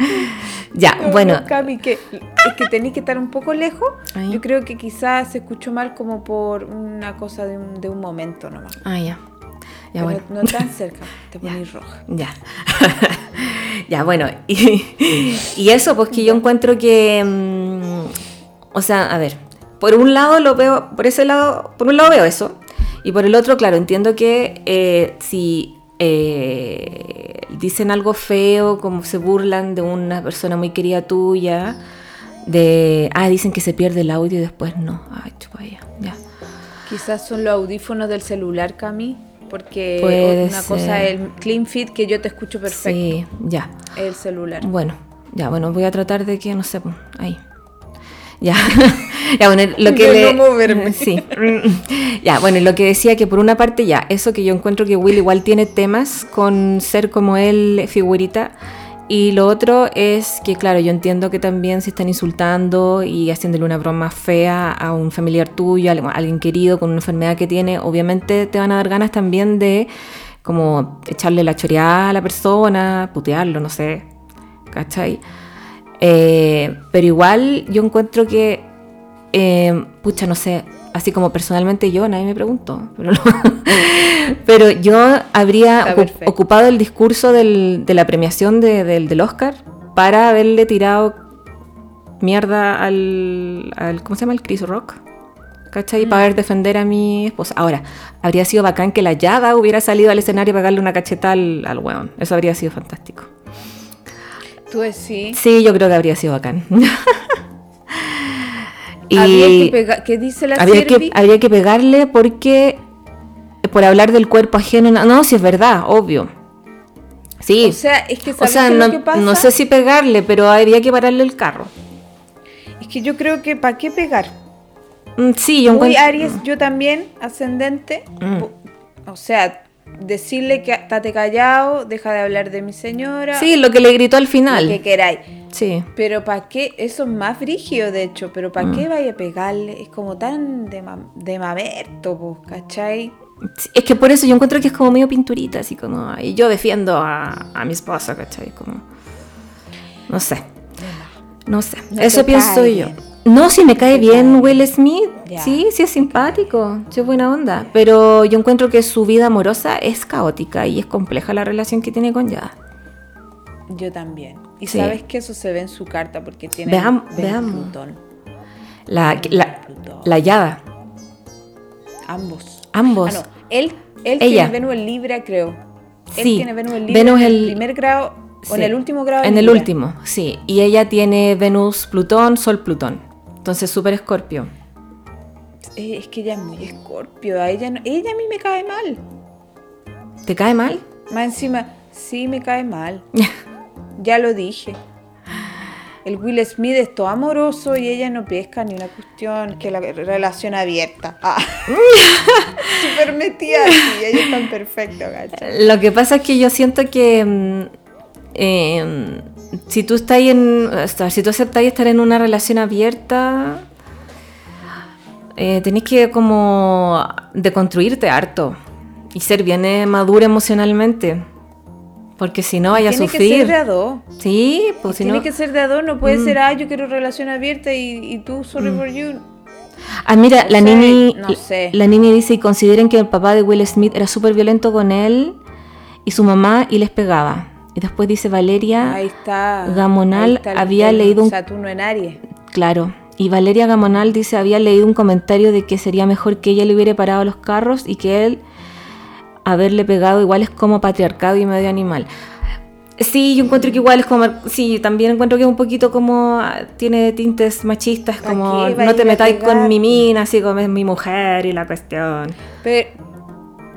Speaker 2: Ya,
Speaker 1: No,
Speaker 2: bueno.
Speaker 1: no, Cami, que, es que tenéis que estar un poco lejos.
Speaker 2: Ahí.
Speaker 1: Yo creo que quizás se escuchó mal como por una cosa de un, de un momento nomás.
Speaker 2: Ah, ya.
Speaker 1: Pero
Speaker 2: Ya, bueno.
Speaker 1: no tan
Speaker 2: (laughs)
Speaker 1: cerca, te ponís roja.
Speaker 2: Ya. (laughs) ya, bueno. Y, y eso, pues que yo encuentro que. mm, o sea, a ver. Por un lado lo veo. Por ese lado. Por un lado veo eso. Y por el otro, claro, entiendo que eh, si eh, dicen algo feo, como se burlan de una persona muy querida tuya, de. Ah, dicen que se pierde el audio y después no. Ay, chupa ya. ya.
Speaker 1: Quizás son los audífonos del celular, Cami, porque
Speaker 2: Puede
Speaker 1: una cosa
Speaker 2: ser.
Speaker 1: es el clean fit que yo te escucho perfecto,
Speaker 2: Sí, ya.
Speaker 1: el celular.
Speaker 2: Bueno, ya, bueno, voy a tratar de que, no sé, pues, ahí. Ya. (laughs) ya, bueno, lo que
Speaker 1: De
Speaker 2: le-
Speaker 1: no moverme.
Speaker 2: Sí. (laughs) ya, bueno, lo que decía que por una parte ya, eso que yo encuentro que Will igual tiene temas con ser como él, figurita. Y lo otro es que, claro, yo entiendo que también se están insultando y haciéndole una broma fea a un familiar tuyo, a alguien- a alguien querido con una enfermedad que tiene, obviamente te van a dar ganas también de como echarle la choreada a la persona, putearlo, no sé, ¿cachai? Eh, pero igual yo encuentro que, eh, pucha, no sé, así como personalmente yo, nadie me preguntó, (laughs) pero, no- pero yo habría
Speaker 1: Mm. Está
Speaker 2: ocu-
Speaker 1: perfecto.
Speaker 2: ocupado el discurso del- de la premiación de- del, del Oscar para haberle tirado mierda al, al- ¿cómo se llama? El Chris Rock. ¿Cachai? Para
Speaker 1: Mm.
Speaker 2: poder defender a mi esposa. Ahora, habría sido bacán que la Yada hubiera salido al escenario para darle una cachetada al, al weón. Eso habría sido fantástico.
Speaker 1: Tú decís,
Speaker 2: Sí, yo creo que habría sido bacán. (laughs) y
Speaker 1: había que pegar, ¿qué dice la
Speaker 2: habría que,
Speaker 1: Sirvi?
Speaker 2: habría que pegarle porque por hablar del cuerpo ajeno. No, no, si es verdad, obvio. Sí.
Speaker 1: O sea, es que
Speaker 2: O
Speaker 1: ¿sabes
Speaker 2: sea,
Speaker 1: qué es
Speaker 2: no,
Speaker 1: lo que pasa?
Speaker 2: no sé si pegarle, pero habría que pararle el carro.
Speaker 1: Es que yo creo que ¿para qué pegar?
Speaker 2: Mm, Sí, yo
Speaker 1: Muy
Speaker 2: encuentro.
Speaker 1: Aries, yo también, ascendente.
Speaker 2: Mm.
Speaker 1: po- O sea, decirle que estate callado, deja de hablar de mi señora.
Speaker 2: Sí, lo que le gritó al
Speaker 1: lo
Speaker 2: final.
Speaker 1: que queráis.
Speaker 2: Sí.
Speaker 1: Pero ¿para qué? Eso es más brígido, de hecho, pero ¿para
Speaker 2: Mm.
Speaker 1: qué vaya a pegarle? Es como tan de, ma- de mamerto, po, ¿cachai?
Speaker 2: Sí, Es que por eso yo encuentro que es como medio pinturita, así como. Y yo defiendo a, a mi esposo, ¿cachai? Como. No sé. No sé.
Speaker 1: No
Speaker 2: eso
Speaker 1: te
Speaker 2: pienso
Speaker 1: cae
Speaker 2: yo.
Speaker 1: bien.
Speaker 2: No, si me cae
Speaker 1: te
Speaker 2: bien
Speaker 1: cae
Speaker 2: Will Smith.
Speaker 1: Ya.
Speaker 2: Sí, sí es simpático. Sí es buena onda. Pero yo encuentro que su vida amorosa es caótica y es compleja la relación que tiene con Yada.
Speaker 1: Yo también. Y
Speaker 2: Sí.
Speaker 1: sabes que eso se ve en su carta porque tiene
Speaker 2: Veam-
Speaker 1: ven
Speaker 2: veamos.
Speaker 1: Plutón.
Speaker 2: La, la, la Yada.
Speaker 1: Ambos.
Speaker 2: Ambos.
Speaker 1: Ah, no. Él, él
Speaker 2: Ella.
Speaker 1: tiene Venus en Libra, creo. Él
Speaker 2: Sí.
Speaker 1: tiene Venus en Libra
Speaker 2: Venus
Speaker 1: en el
Speaker 2: el-
Speaker 1: primer grado o en
Speaker 2: Sí.
Speaker 1: el último grado. de
Speaker 2: En el
Speaker 1: Libra.
Speaker 2: último, sí. Y ella tiene Venus, Plutón, Sol, Plutón. Entonces, súper escorpio.
Speaker 1: Eh, Es que ella es muy escorpio. A ella, no- ella a mí me cae mal.
Speaker 2: ¿Te cae mal?
Speaker 1: Más encima, sí me cae mal. Ya lo dije. El Will Smith es todo amoroso y ella no pesca ni una cuestión que la relación abierta.
Speaker 2: (laughs)
Speaker 1: Ah. Súper metida y ella es tan perfecta, gacha.
Speaker 2: (laughs) Lo que pasa es que yo siento que mm, eh, si tú estás en, o sea, si tú aceptas estar en una relación abierta, eh, tenés que como deconstruirte harto y ser bien eh, madura emocionalmente, porque si no vaya a
Speaker 1: Tiene que ser
Speaker 2: sufrir.
Speaker 1: de a dos.
Speaker 2: Sí, pues si
Speaker 1: Tiene
Speaker 2: no. Mm.
Speaker 1: que ser de a dos, no puede ser, ah, yo quiero relación abierta y, y tú, sorry for you.
Speaker 2: Ah, mira,
Speaker 1: No
Speaker 2: la
Speaker 1: sé,
Speaker 2: Nini,
Speaker 1: no sé.
Speaker 2: la Nini dice y consideren que el papá de Will Smith era súper violento con él y su mamá y les pegaba. Y después dice Valeria.
Speaker 1: Ahí está.
Speaker 2: Ah, Gamonal
Speaker 1: Ahí está el-
Speaker 2: había
Speaker 1: el
Speaker 2: leído un-
Speaker 1: Saturno en Aries.
Speaker 2: Claro. Y Valeria Gamonal dice, había leído un comentario de que sería mejor que ella le hubiera parado los carros y que él haberle pegado igual es como patriarcado y medio animal. Sí, yo encuentro que igual es como... Sí, también encuentro que es un poquito como... ah, Tiene tintes machistas,
Speaker 1: ¿Pa'
Speaker 2: como...
Speaker 1: qué va a
Speaker 2: No
Speaker 1: ir
Speaker 2: te
Speaker 1: a
Speaker 2: metáis
Speaker 1: pegar?
Speaker 2: con mi mina, así como es mi mujer y la cuestión.
Speaker 1: Pero,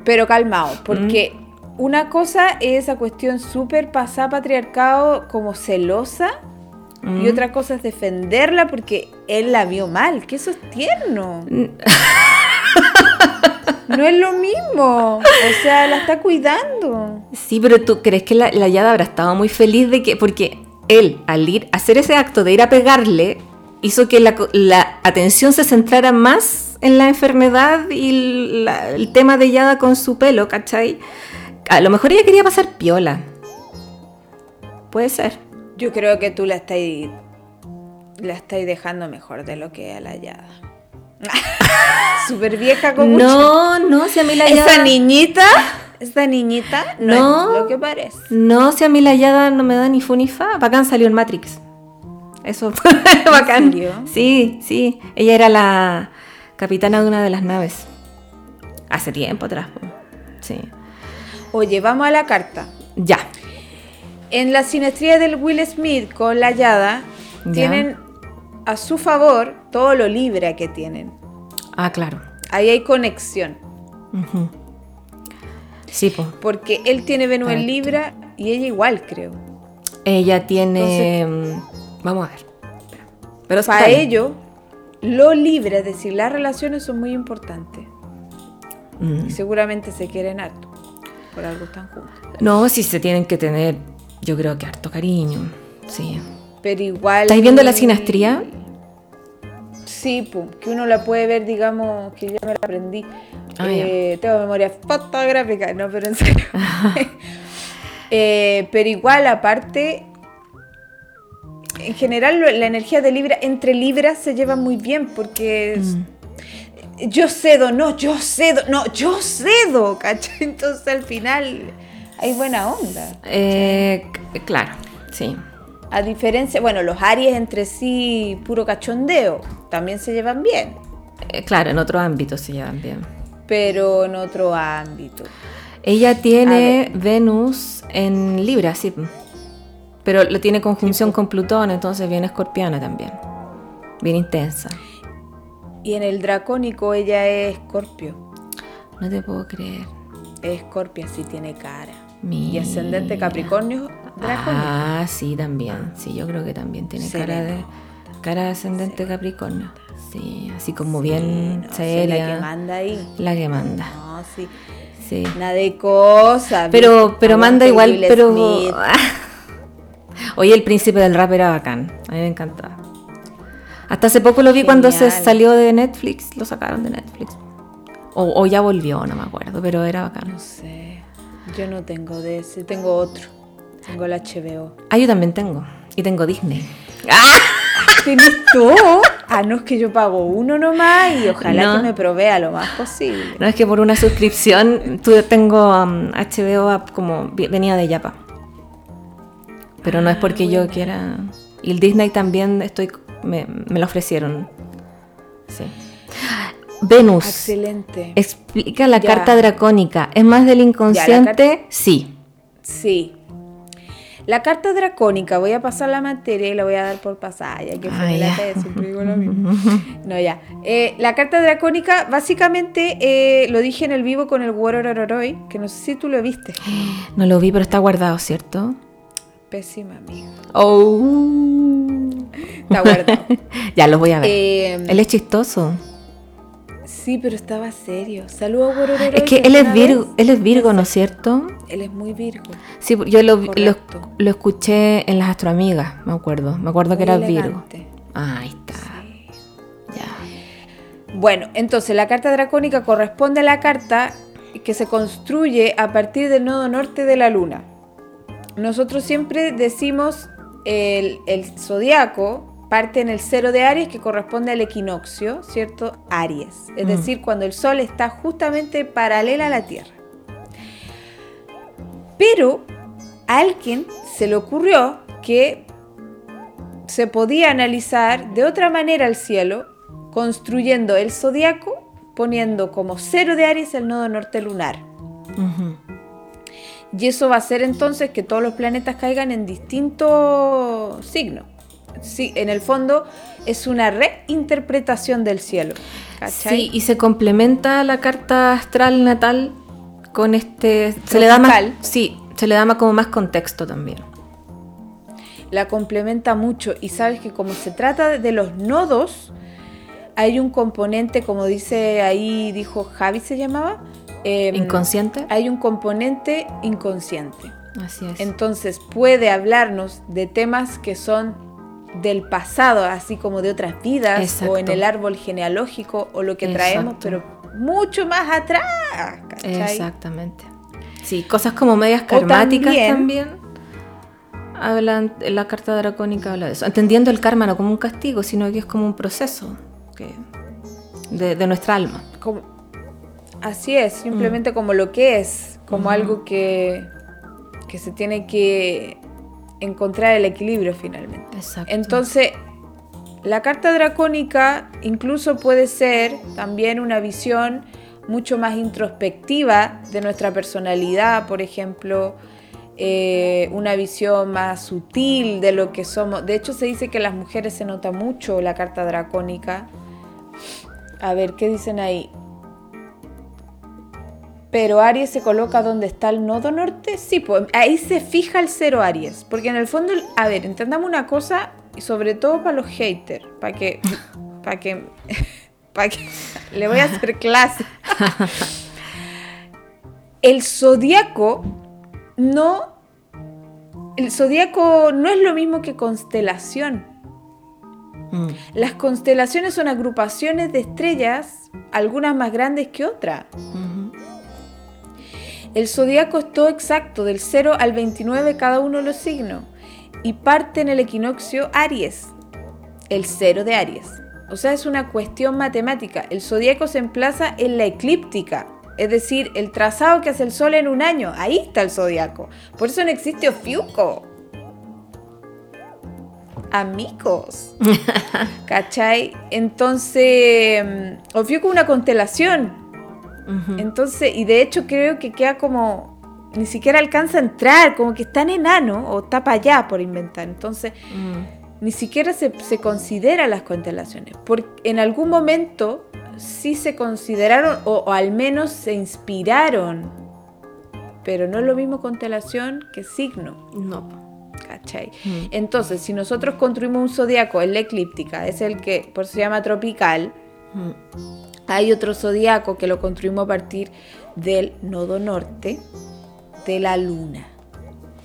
Speaker 1: pero
Speaker 2: Mm.
Speaker 1: calmado, porque una cosa es esa cuestión súper pasada patriarcado como celosa
Speaker 2: Mm.
Speaker 1: y otra cosa es defenderla porque él la vio mal, que eso es tierno.
Speaker 2: Mm. (laughs)
Speaker 1: No es lo mismo, o sea, la está cuidando.
Speaker 2: Sí, pero tú crees que la, la Yada habrá estado muy feliz de que. Porque él, al ir a hacer ese acto de ir a pegarle, hizo que la, co- la atención se centrara más en la enfermedad y la- el tema de Yada con su pelo, ¿cachai? A lo mejor ella quería pasar piola. Puede ser.
Speaker 1: Yo creo que tú la estás la estáis dejando mejor de lo que a la hallada. (laughs) Súper vieja como
Speaker 2: No, no, si a mí la
Speaker 1: esa
Speaker 2: Yada.
Speaker 1: niñita, esta niñita no,
Speaker 2: No.
Speaker 1: es lo que parece.
Speaker 2: No, si a mí la Yada no me da ni fun ni fa. Bacán salió en Matrix. Eso fue (laughs) bacán.
Speaker 1: serio?
Speaker 2: Sí, sí. Ella era la capitana de una de las naves. Hace tiempo atrás. po. Sí.
Speaker 1: Oye, vamos a la carta.
Speaker 2: Ya.
Speaker 1: En la sinestría del Will Smith con la Yada,
Speaker 2: Ya.
Speaker 1: tienen a su favor todo lo libre que tienen.
Speaker 2: Ah, claro.
Speaker 1: Ahí hay conexión.
Speaker 2: Ujú. Sí, pues.
Speaker 1: Porque él tiene Venus en
Speaker 2: Correcto.
Speaker 1: Libra y ella igual, creo.
Speaker 2: Ella tiene. mm, Vamos a ver. Pero
Speaker 1: Para
Speaker 2: está bien.
Speaker 1: ello, lo libre, es decir, las relaciones son muy importantes.
Speaker 2: Mm.
Speaker 1: Y seguramente se quieren harto. Por algo están juntos.
Speaker 2: No, sí se tienen que tener, yo creo que harto cariño. Sí.
Speaker 1: Pero igual.
Speaker 2: ¿Estáis viendo la sinastría?
Speaker 1: Sí, pum, que uno la puede ver, digamos, que ya me la aprendí.
Speaker 2: Ah,
Speaker 1: Eh, Tengo memoria fotográfica, no, pero en serio. Eh, pero igual, aparte, en general lo- la energía de Libra, entre Libras se lleva muy bien porque es- yo cedo, no, yo cedo, no, yo cedo, ¿cachai? Entonces al final hay buena onda.
Speaker 2: Eh, c- claro, sí.
Speaker 1: A diferencia, bueno, los Aries entre sí, puro cachondeo, también se llevan bien.
Speaker 2: Eh, claro, en otro ámbito se llevan bien.
Speaker 1: pero en otro ámbito.
Speaker 2: Ella
Speaker 1: A
Speaker 2: tiene Venus en Libra, sí. Pero lo tiene conjunción con Plutón, entonces bien escorpiana también. Bien intensa.
Speaker 1: Y en el dracónico ella es escorpio.
Speaker 2: No te puedo creer.
Speaker 1: Es escorpio, así tiene cara.
Speaker 2: Mira.
Speaker 1: Y ascendente Capricornio, dracónico.
Speaker 2: Ah, sí, también. Sí, yo creo que también tiene cara de cara de ascendente Capricornio. Sí, así como
Speaker 1: No,
Speaker 2: bien
Speaker 1: sí, la que
Speaker 2: seria.
Speaker 1: manda ahí.
Speaker 2: La que manda.
Speaker 1: No, sí.
Speaker 2: Sí.
Speaker 1: Nada de cosas.
Speaker 2: ah. Pero, pero manda igual, pero. (laughs) Oye, el príncipe del rap era bacán. A mí me encantaba. Hasta hace poco lo vi cuando se
Speaker 1: Genial.
Speaker 2: salió de Netflix. Lo sacaron de Netflix. O, o ya volvió, no me acuerdo, pero era bacán.
Speaker 1: No sé. Yo no tengo de ese, tengo otro. Tengo el HBO.
Speaker 2: Ah, yo también tengo. Y tengo Disney.
Speaker 1: ¿Tienes
Speaker 2: (laughs)
Speaker 1: tú? Ah, no, es que yo pago uno nomás y ojalá
Speaker 2: No.
Speaker 1: que me provea lo más posible.
Speaker 2: No es que por una suscripción tú- tengo um, HBO a- como vi- venía de Yapa. Pero no es porque yo quiera. Y el Disney también estoy me, me lo ofrecieron. Sí. Venus.
Speaker 1: Excelente.
Speaker 2: Explica la
Speaker 1: Ya.
Speaker 2: carta dracónica. ¿Es más del inconsciente?
Speaker 1: carta-
Speaker 2: Sí.
Speaker 1: Sí. La carta dracónica, voy a pasar la materia y la voy a dar por pasada, ya que fue
Speaker 2: Ah,
Speaker 1: la
Speaker 2: ya.
Speaker 1: tesis, siempre digo lo mismo. No, ya. Eh, la carta dracónica, básicamente, eh, lo dije en el vivo con el Wororororoi, que no sé si tú lo
Speaker 2: (gasps)
Speaker 1: viste.
Speaker 2: No lo vi, pero está guardado, ¿cierto?
Speaker 1: Pésima, amiga.
Speaker 2: Oh.
Speaker 1: Está guardado.
Speaker 2: (laughs) ya los voy (laughs) a ver.
Speaker 1: Eh,
Speaker 2: él es chistoso.
Speaker 1: Sí, pero estaba serio. Saludos, Worororoi.
Speaker 2: Es que él es Virgo, él es Virgo, ¿no es cierto?
Speaker 1: Él es muy Virgo.
Speaker 2: Sí, yo lo, vi- lo,
Speaker 1: Correcto.
Speaker 2: lo escuché en las astroamigas, me acuerdo. Me acuerdo que
Speaker 1: Muy
Speaker 2: era
Speaker 1: elegante.
Speaker 2: Virgo. Ah, ahí está. Ya.
Speaker 1: Bueno, entonces la carta dracónica corresponde a la carta que se construye a partir del nodo norte de la luna. Nosotros siempre decimos el, el zodiaco parte en el cero de Aries que corresponde al equinoccio, ¿cierto? Aries, es
Speaker 2: Mm.
Speaker 1: decir, cuando el sol está justamente paralela a la Tierra. Pero a alguien se le ocurrió que se podía analizar de otra manera el cielo, construyendo el zodiaco, poniendo como cero de Aries el nodo norte lunar.
Speaker 2: Ujú.
Speaker 1: Y eso va a hacer entonces que todos los planetas caigan en distintos signos. Sí, en el fondo es una reinterpretación del cielo. ¿Cachai?
Speaker 2: Sí, y se complementa la carta astral natal con este. Se le da más.
Speaker 1: Tropical.
Speaker 2: Sí, se le da más como más contexto también.
Speaker 1: la complementa mucho y sabes que como se trata de los nodos, hay un componente, como dice ahí, dijo Javi se llamaba, eh,
Speaker 2: Inconsciente.
Speaker 1: hay un componente inconsciente.
Speaker 2: Así es.
Speaker 1: Entonces puede hablarnos de temas que son del pasado, así como de otras vidas o en
Speaker 2: Exacto.
Speaker 1: el árbol genealógico o lo que traemos,
Speaker 2: Exacto.
Speaker 1: pero mucho más atrás. ¿cachai?
Speaker 2: Exactamente. Sí, cosas como medias karmáticas
Speaker 1: también-
Speaker 2: también. hablan, la carta dracónica habla de eso. Entendiendo el karma no como un castigo, sino que es como un proceso que- de, de nuestra alma.
Speaker 1: como- así es,
Speaker 2: Mm.
Speaker 1: simplemente como lo que es, como algo que, que se tiene que encontrar el equilibrio finalmente.
Speaker 2: Exacto.
Speaker 1: Entonces, la carta dracónica incluso puede ser también una visión mucho más introspectiva de nuestra personalidad, por ejemplo, eh, una visión más sutil de lo que somos. De hecho, se dice que en las mujeres se nota mucho la carta dracónica. A ver, ¿qué dicen ahí? Pero Aries se coloca donde está el nodo norte, sí, pues ahí se fija el cero Aries. Porque en el fondo, el- a ver, entendamos una cosa, y sobre todo para los haters, para que, para que, (laughs) para que, le voy a hacer clase. El zodiaco no, el zodiaco no es lo mismo que constelación.
Speaker 2: Mm.
Speaker 1: Las constelaciones son agrupaciones de estrellas, algunas más grandes que otras.
Speaker 2: Ujú.
Speaker 1: El zodiaco es todo exacto, del 0 al 29 cada uno de los signos, y parte en el equinoccio Aries, el 0 de Aries. O sea, es una cuestión matemática. El zodiaco se emplaza en la eclíptica, es decir, el trazado que hace el sol en un año. Ahí está el zodiaco. Por eso no existe Ofiuco. Amigos. ¿Cachai? Entonces, mm, Ofiuco es una constelación,
Speaker 2: Ujú.
Speaker 1: entonces, y de hecho creo que queda como, ni siquiera alcanza a entrar, como que está en enano o está para allá por inventar. Entonces,
Speaker 2: Mm.
Speaker 1: ni siquiera se, se considera las constelaciones, porque en algún momento sí se consideraron o, o al menos se inspiraron, pero no es lo mismo constelación que signo,
Speaker 2: No.
Speaker 1: ¿cachai?
Speaker 2: Mm.
Speaker 1: Entonces, si nosotros construimos un zodiaco en la eclíptica, es el que por eso se llama tropical,
Speaker 2: Mm.
Speaker 1: hay otro zodiaco que lo construimos a partir del nodo norte de la luna,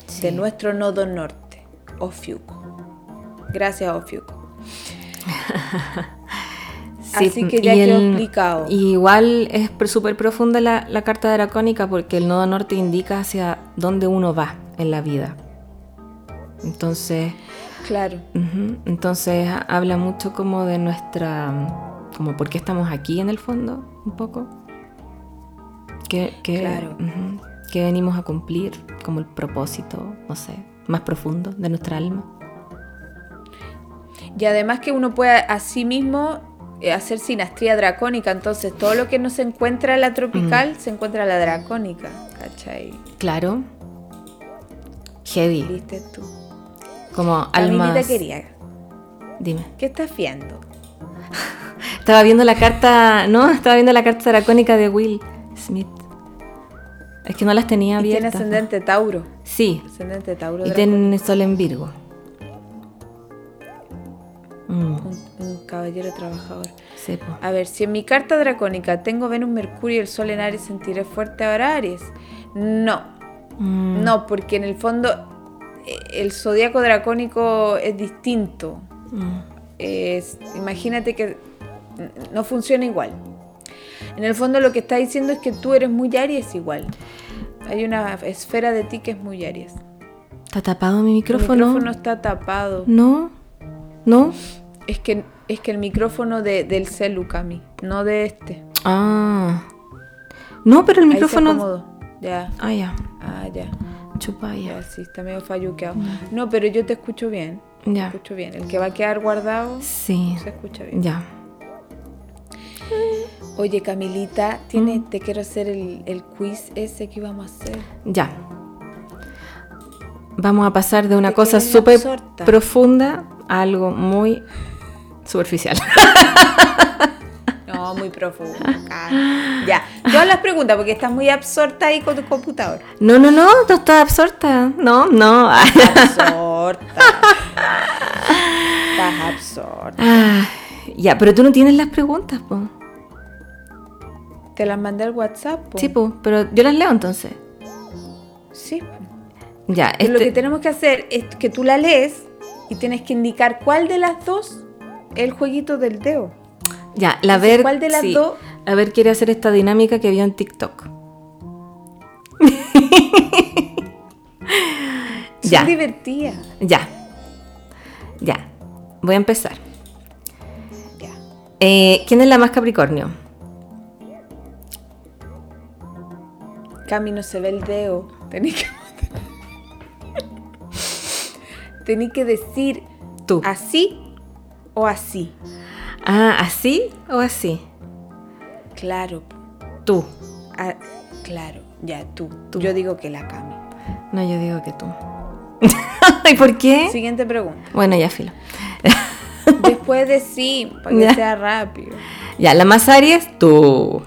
Speaker 2: Sí.
Speaker 1: de nuestro nodo norte. Ofiuk. Gracias, Ofiuk.
Speaker 2: Sí,
Speaker 1: Así que ya
Speaker 2: y
Speaker 1: quedó
Speaker 2: el-
Speaker 1: explicado.
Speaker 2: y igual es pr- súper profunda la, la carta dracónica porque el nodo norte indica hacia dónde uno va en la vida. Entonces,
Speaker 1: Claro.
Speaker 2: ujú, entonces ha- habla mucho como de nuestra, mm, como por qué estamos aquí en el fondo, un poco. Que, que,
Speaker 1: Claro.
Speaker 2: ujú, que venimos a cumplir como el propósito, no sé, más profundo de nuestra alma.
Speaker 1: Y además que uno puede a sí mismo eh, hacer sinastría dracónica, entonces todo lo que no se encuentra en la tropical
Speaker 2: Mm.
Speaker 1: se encuentra en la dracónica, ¿cachai?
Speaker 2: Claro. Heavy.
Speaker 1: ¿Viste tú?
Speaker 2: Como
Speaker 1: Alma
Speaker 2: almas.
Speaker 1: quería.
Speaker 2: Dime.
Speaker 1: ¿Qué estás viendo?
Speaker 2: Estaba viendo la carta, no, estaba viendo la carta dracónica de Will Smith. Es que no las tenía
Speaker 1: Y tiene
Speaker 2: abiertas.
Speaker 1: ascendente Tauro.
Speaker 2: Sí,
Speaker 1: Ascendente Tauro.
Speaker 2: y
Speaker 1: dracónico.
Speaker 2: tiene sol en Virgo. Mm,
Speaker 1: Un, un caballero trabajador.
Speaker 2: sí, po.
Speaker 1: A ver, si en mi carta dracónica tengo Venus, Mercurio y el Sol en Aries, ¿sentiré fuerte ahora Aries? No,
Speaker 2: Mm,
Speaker 1: no, porque en el fondo eh, el zodiaco dracónico es distinto.
Speaker 2: mm.
Speaker 1: es- imagínate que n- no funciona igual. En el fondo lo que está diciendo es que tú eres muy Aries igual. Hay una esfera de ti que es muy Aries.
Speaker 2: Está tapado mi
Speaker 1: El
Speaker 2: micrófono.
Speaker 1: micrófono está tapado.
Speaker 2: No, no.
Speaker 1: Es que, es que el micrófono de- del celu, Cami, no de este.
Speaker 2: Ah, no, pero el
Speaker 1: Ahí se
Speaker 2: micrófono.
Speaker 1: acomodó. Ya,
Speaker 2: Ah, ya.
Speaker 1: ah, ya.
Speaker 2: Chupa ya.
Speaker 1: Ya, sí, está medio falluqueado. No, pero yo te escucho bien. Te
Speaker 2: Ya.
Speaker 1: escucho bien. El que va a quedar guardado
Speaker 2: Sí.
Speaker 1: se escucha bien.
Speaker 2: Ya.
Speaker 1: Oye, Camilita, tiene,
Speaker 2: Mm.
Speaker 1: te quiero hacer el, el quiz ese que íbamos a hacer.
Speaker 2: Ya. Vamos a pasar de una
Speaker 1: Te
Speaker 2: cosa
Speaker 1: quedé
Speaker 2: súper
Speaker 1: absorta.
Speaker 2: profunda a algo muy superficial. (laughs)
Speaker 1: No, muy profundo. Karen. Ya, todas las preguntas porque estás muy absorta ahí con tu computador.
Speaker 2: No, no, no, no está absorta. No, no. (laughs)
Speaker 1: Absorta. Estás absorta.
Speaker 2: Ah, ya, pero tú no tienes las preguntas, po.
Speaker 1: Te las mandé al WhatsApp. po.
Speaker 2: Sí, po, pero yo las leo entonces.
Speaker 1: Sí, po.
Speaker 2: Ya,
Speaker 1: Pero Lo
Speaker 2: este-
Speaker 1: que tenemos que hacer es que tú la lees y tienes que indicar cuál de las dos es el jueguito del dedo.
Speaker 2: ya, la ver.
Speaker 1: ¿cuál de las dos?
Speaker 2: A ver, quiere hacer esta dinámica que vio en TikTok.
Speaker 1: Son
Speaker 2: ya.
Speaker 1: divertidas.
Speaker 2: Ya. Ya. Voy a empezar.
Speaker 1: Ya.
Speaker 2: Eh, ¿Quién es la más Capricornio?
Speaker 1: Cami, no se ve el dedo. Tenés que. Tenés que decir
Speaker 2: Tú.
Speaker 1: así o así.
Speaker 2: Ah, ¿así o así?
Speaker 1: Claro, po.
Speaker 2: Tú.
Speaker 1: Ah, claro, ya tú. Yo digo que la Cami.
Speaker 2: No, yo digo que tú. (laughs) ¿Y por qué?
Speaker 1: Siguiente
Speaker 2: (laughs)
Speaker 1: pregunta.
Speaker 2: Bueno, ya filo.
Speaker 1: Después de sí, para que
Speaker 2: Ya.
Speaker 1: sea rápido.
Speaker 2: Ya, la más Aries, tú.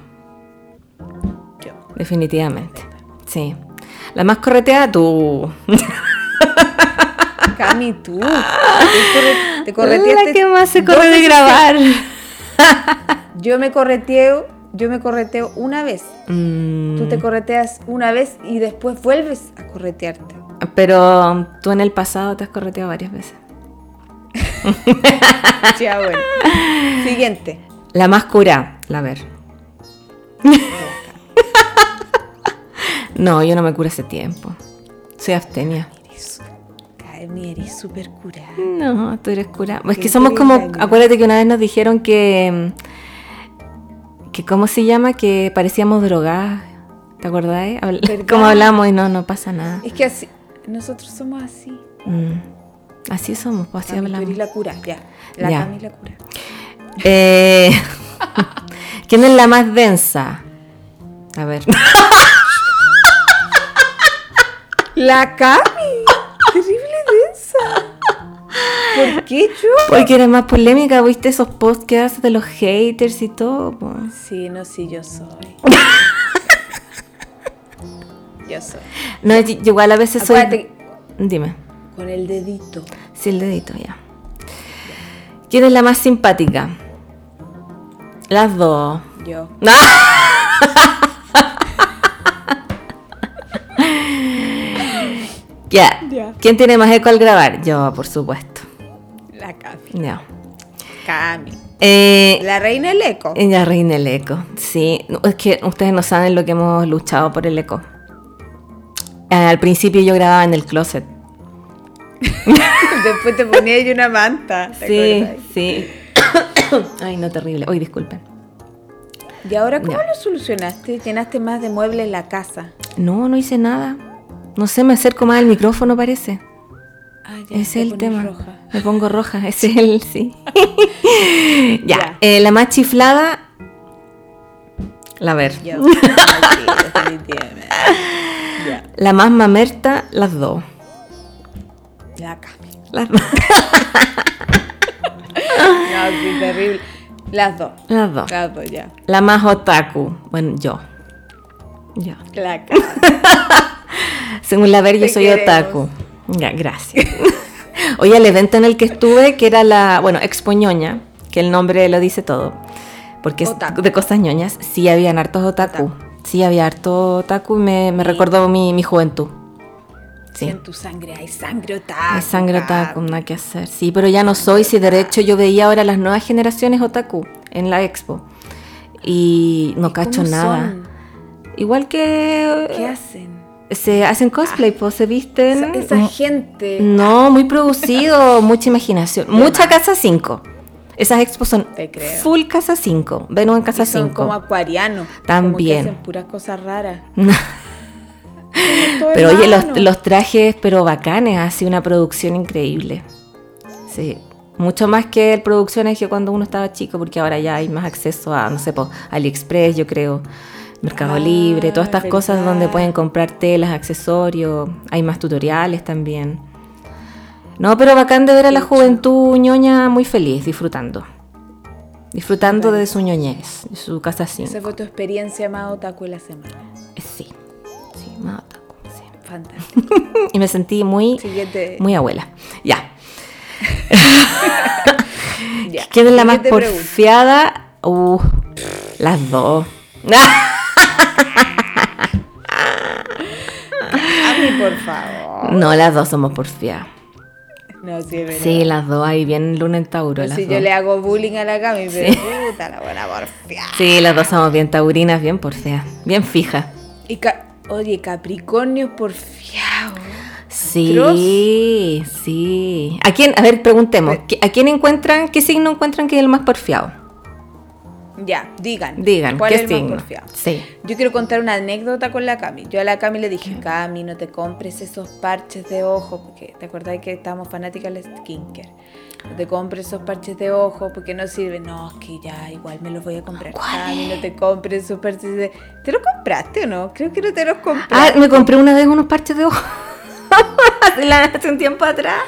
Speaker 1: Yo.
Speaker 2: Definitivamente. Sí. La más correteada, tú.
Speaker 1: Cami, tú. Te, corre- te correteaste.
Speaker 2: La que más se
Speaker 1: dos
Speaker 2: corre de
Speaker 1: veces.
Speaker 2: grabar.
Speaker 1: Yo me correteo, yo me correteo una vez.
Speaker 2: (laughs) Mm,
Speaker 1: Tú te correteas una vez y después vuelves a corretearte.
Speaker 2: pero tú en el pasado te has correteado varias veces.
Speaker 1: Ya, ah,
Speaker 2: (laughs)
Speaker 1: bueno. Siguiente.
Speaker 2: La más cura, la ver. no, yo no me curo hace tiempo. Soy abstemia.
Speaker 1: Eres- Cami, eres súper curada.
Speaker 2: No, tú eres cura. Es que
Speaker 1: Qué
Speaker 2: somos como.
Speaker 1: tremenda.
Speaker 2: Acuérdate que una vez nos dijeron que. mm, que ¿Cómo se llama? Que parecíamos drogadas. ¿Te acordáis? Habl- (laughs)
Speaker 1: ¿Verdad?
Speaker 2: Como hablamos y no, no pasa nada.
Speaker 1: Es que así, nosotros somos así.
Speaker 2: Mm. Así somos, pues así
Speaker 1: Cami, tú
Speaker 2: hablamos.
Speaker 1: eres la cura, ya. La
Speaker 2: Ya.
Speaker 1: Cami es la cura.
Speaker 2: Eh, (laughs) ¿Quién es la más densa?
Speaker 1: (laughs)
Speaker 2: A ver.
Speaker 1: La Cami, terrible densa. ¿Por qué yo?
Speaker 2: Porque era más polémica, viste esos posts que haces de los haters y todo. Pues. po?
Speaker 1: Sí, no, sí, yo
Speaker 2: (laughs)
Speaker 1: soy. yo soy.
Speaker 2: No, yo yo igual a veces soy.
Speaker 1: Acuérdate,
Speaker 2: Dime,
Speaker 1: con el dedito.
Speaker 2: si el dedito ya. ¿Quién es la más simpática? Las dos.
Speaker 1: Yo.
Speaker 2: Ya.
Speaker 1: Ya.
Speaker 2: ¿Quién tiene más eco al grabar? Yo, por supuesto.
Speaker 1: La Cami.
Speaker 2: No.
Speaker 1: Cami.
Speaker 2: Eh,
Speaker 1: La reina del eco.
Speaker 2: Ella reina el eco, sí. No, Es que ustedes no saben lo que hemos luchado por el eco. Eh, Al principio yo grababa en el closet.
Speaker 1: (laughs) Después te ponía ahí una manta. ¿te
Speaker 2: Sí,
Speaker 1: acuerdas?
Speaker 2: sí. (coughs) Ay, no, terrible. Uy, disculpen.
Speaker 1: ¿Y ahora cómo
Speaker 2: Ya.
Speaker 1: lo solucionaste? ¿Llenaste más de muebles la casa?
Speaker 2: No, no hice nada. No sé, me acerco más al micrófono, parece.
Speaker 1: Ah, ya,
Speaker 2: Ese
Speaker 1: te
Speaker 2: es el
Speaker 1: pones
Speaker 2: tema.
Speaker 1: roja.
Speaker 2: Me pongo roja, ese es el,
Speaker 1: (laughs)
Speaker 2: sí. (laughs) ya,
Speaker 1: Ya.
Speaker 2: eh, la más chiflada. La ver. (laughs)
Speaker 1: Ya, ok, sí, definitivamente. Ya,
Speaker 2: La más mamerta, las dos.
Speaker 1: la Cami.
Speaker 2: Las (laughs) dos.
Speaker 1: No, sí, terrible. Las dos.
Speaker 2: Las dos.
Speaker 1: Las dos, ya.
Speaker 2: La más otaku. Bueno, yo. Ya.
Speaker 1: La Cami.
Speaker 2: Según la ver, yo
Speaker 1: Te
Speaker 2: soy
Speaker 1: queremos.
Speaker 2: otaku. Ya, gracias. (laughs) Oye, el evento en el que estuve, que era la, bueno, Expo Ñoña, que el nombre lo dice todo, porque es
Speaker 1: Otaku.
Speaker 2: de cosas ñoñas, sí habían hartos otaku.
Speaker 1: Otaku.
Speaker 2: Sí, había harto otaku y me, me recordó mi, mi juventud.
Speaker 1: Sí.
Speaker 2: Sí.
Speaker 1: En tu sangre hay sangre otaku.
Speaker 2: Es sangre otaku,
Speaker 1: Cami.
Speaker 2: nada que hacer. Sí, pero ya no soy, si derecho yo veía ahora las nuevas generaciones otaku en la expo. Y no cacho
Speaker 1: ¿Cómo
Speaker 2: nada.
Speaker 1: son?
Speaker 2: Igual que
Speaker 1: ¿Qué hacen?
Speaker 2: se hacen cosplay, pues se
Speaker 1: Esa,
Speaker 2: visten.
Speaker 1: esa
Speaker 2: Mm,
Speaker 1: gente.
Speaker 2: No,
Speaker 1: (laughs)
Speaker 2: muy producido, mucha imaginación. Mucha Casa 5. Esas expos son
Speaker 1: Te creo.
Speaker 2: full Casa 5. Venus en
Speaker 1: Y
Speaker 2: Casa
Speaker 1: son
Speaker 2: 5.
Speaker 1: como acuarianos. Como que
Speaker 2: También.
Speaker 1: hacen puras cosas
Speaker 2: (laughs)
Speaker 1: raras.
Speaker 2: Pero oye, los, los trajes, pero bacanes, así una producción increíble. Sí. Mucho más que producciones que cuando uno estaba chico, porque ahora ya hay más acceso a, no sé, po, AliExpress, yo creo, Mercado
Speaker 1: Ah,
Speaker 2: Libre, todas estas cosas
Speaker 1: verdad.
Speaker 2: donde pueden comprar telas, accesorios, hay más tutoriales también. No, pero bacán de ver a la juventud ñoña muy feliz, disfrutando. Disfrutando de su ñoñez, de su casa sin.
Speaker 1: Esa fue tu experiencia más otaku de la semana.
Speaker 2: Sí, sí, más otaku, sí.
Speaker 1: Fantástico.
Speaker 2: Y me sentí muy,
Speaker 1: Siguiente.
Speaker 2: (laughs) muy abuela. Ya.
Speaker 1: ya.
Speaker 2: ¿Quién es la más
Speaker 1: Siguiente pregunta.
Speaker 2: porfiada? Uh, las dos. (laughs)
Speaker 1: A mí, por favor.
Speaker 2: No, las dos somos porfiadas.
Speaker 1: No, sí, es verdad.
Speaker 2: Sí, las dos, ahí bien Luna en Tauro.
Speaker 1: No,
Speaker 2: las
Speaker 1: si
Speaker 2: dos.
Speaker 1: yo le hago bullying a la Cami, pero puta la buena porfia.
Speaker 2: Sí, las dos somos bien taurinas, bien porfiadas, bien fijas.
Speaker 1: Y ca- Oye, Capricornio es porfiado.
Speaker 2: Sí, sí. ¿A quién? A ver, preguntemos. ¿qui- ¿A quién encuentran? ¿Qué signo encuentran que es el más porfiado?
Speaker 1: Ya, digan.
Speaker 2: Digan,
Speaker 1: ¿cuál
Speaker 2: ¿qué
Speaker 1: es el más
Speaker 2: signo?
Speaker 1: porfiado?
Speaker 2: Sí.
Speaker 1: Yo quiero contar una anécdota con la Cami. Yo a la Cami le dije, Cami, no te compres esos parches de ojo, porque te acordás que estábamos fanáticas del skincare. No te compres esos parches de ojo porque no sirven. No, es que ya igual me los voy a comprar. Cami, no te compres esos parches de... ¿Te los compraste o no? Creo que no te los compraste.
Speaker 2: Ah, me compré una vez unos parches de ojo. (laughs) Hace un tiempo atrás.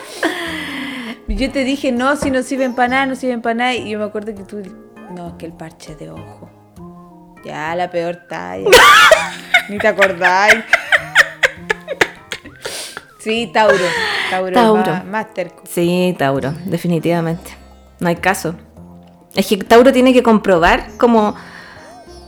Speaker 1: Y Yo te dije, no, si no sirven para nada, no sirven para nada. Y yo me acuerdo que tú, no, que el parche de ojo. Ya, la peor
Speaker 2: (laughs)
Speaker 1: talla. Ni te acordáis. Sí, Tauro. Tauro.
Speaker 2: Tauro.
Speaker 1: Más, más terco.
Speaker 2: Sí, Tauro, definitivamente. No hay caso. Es que Tauro tiene que comprobar como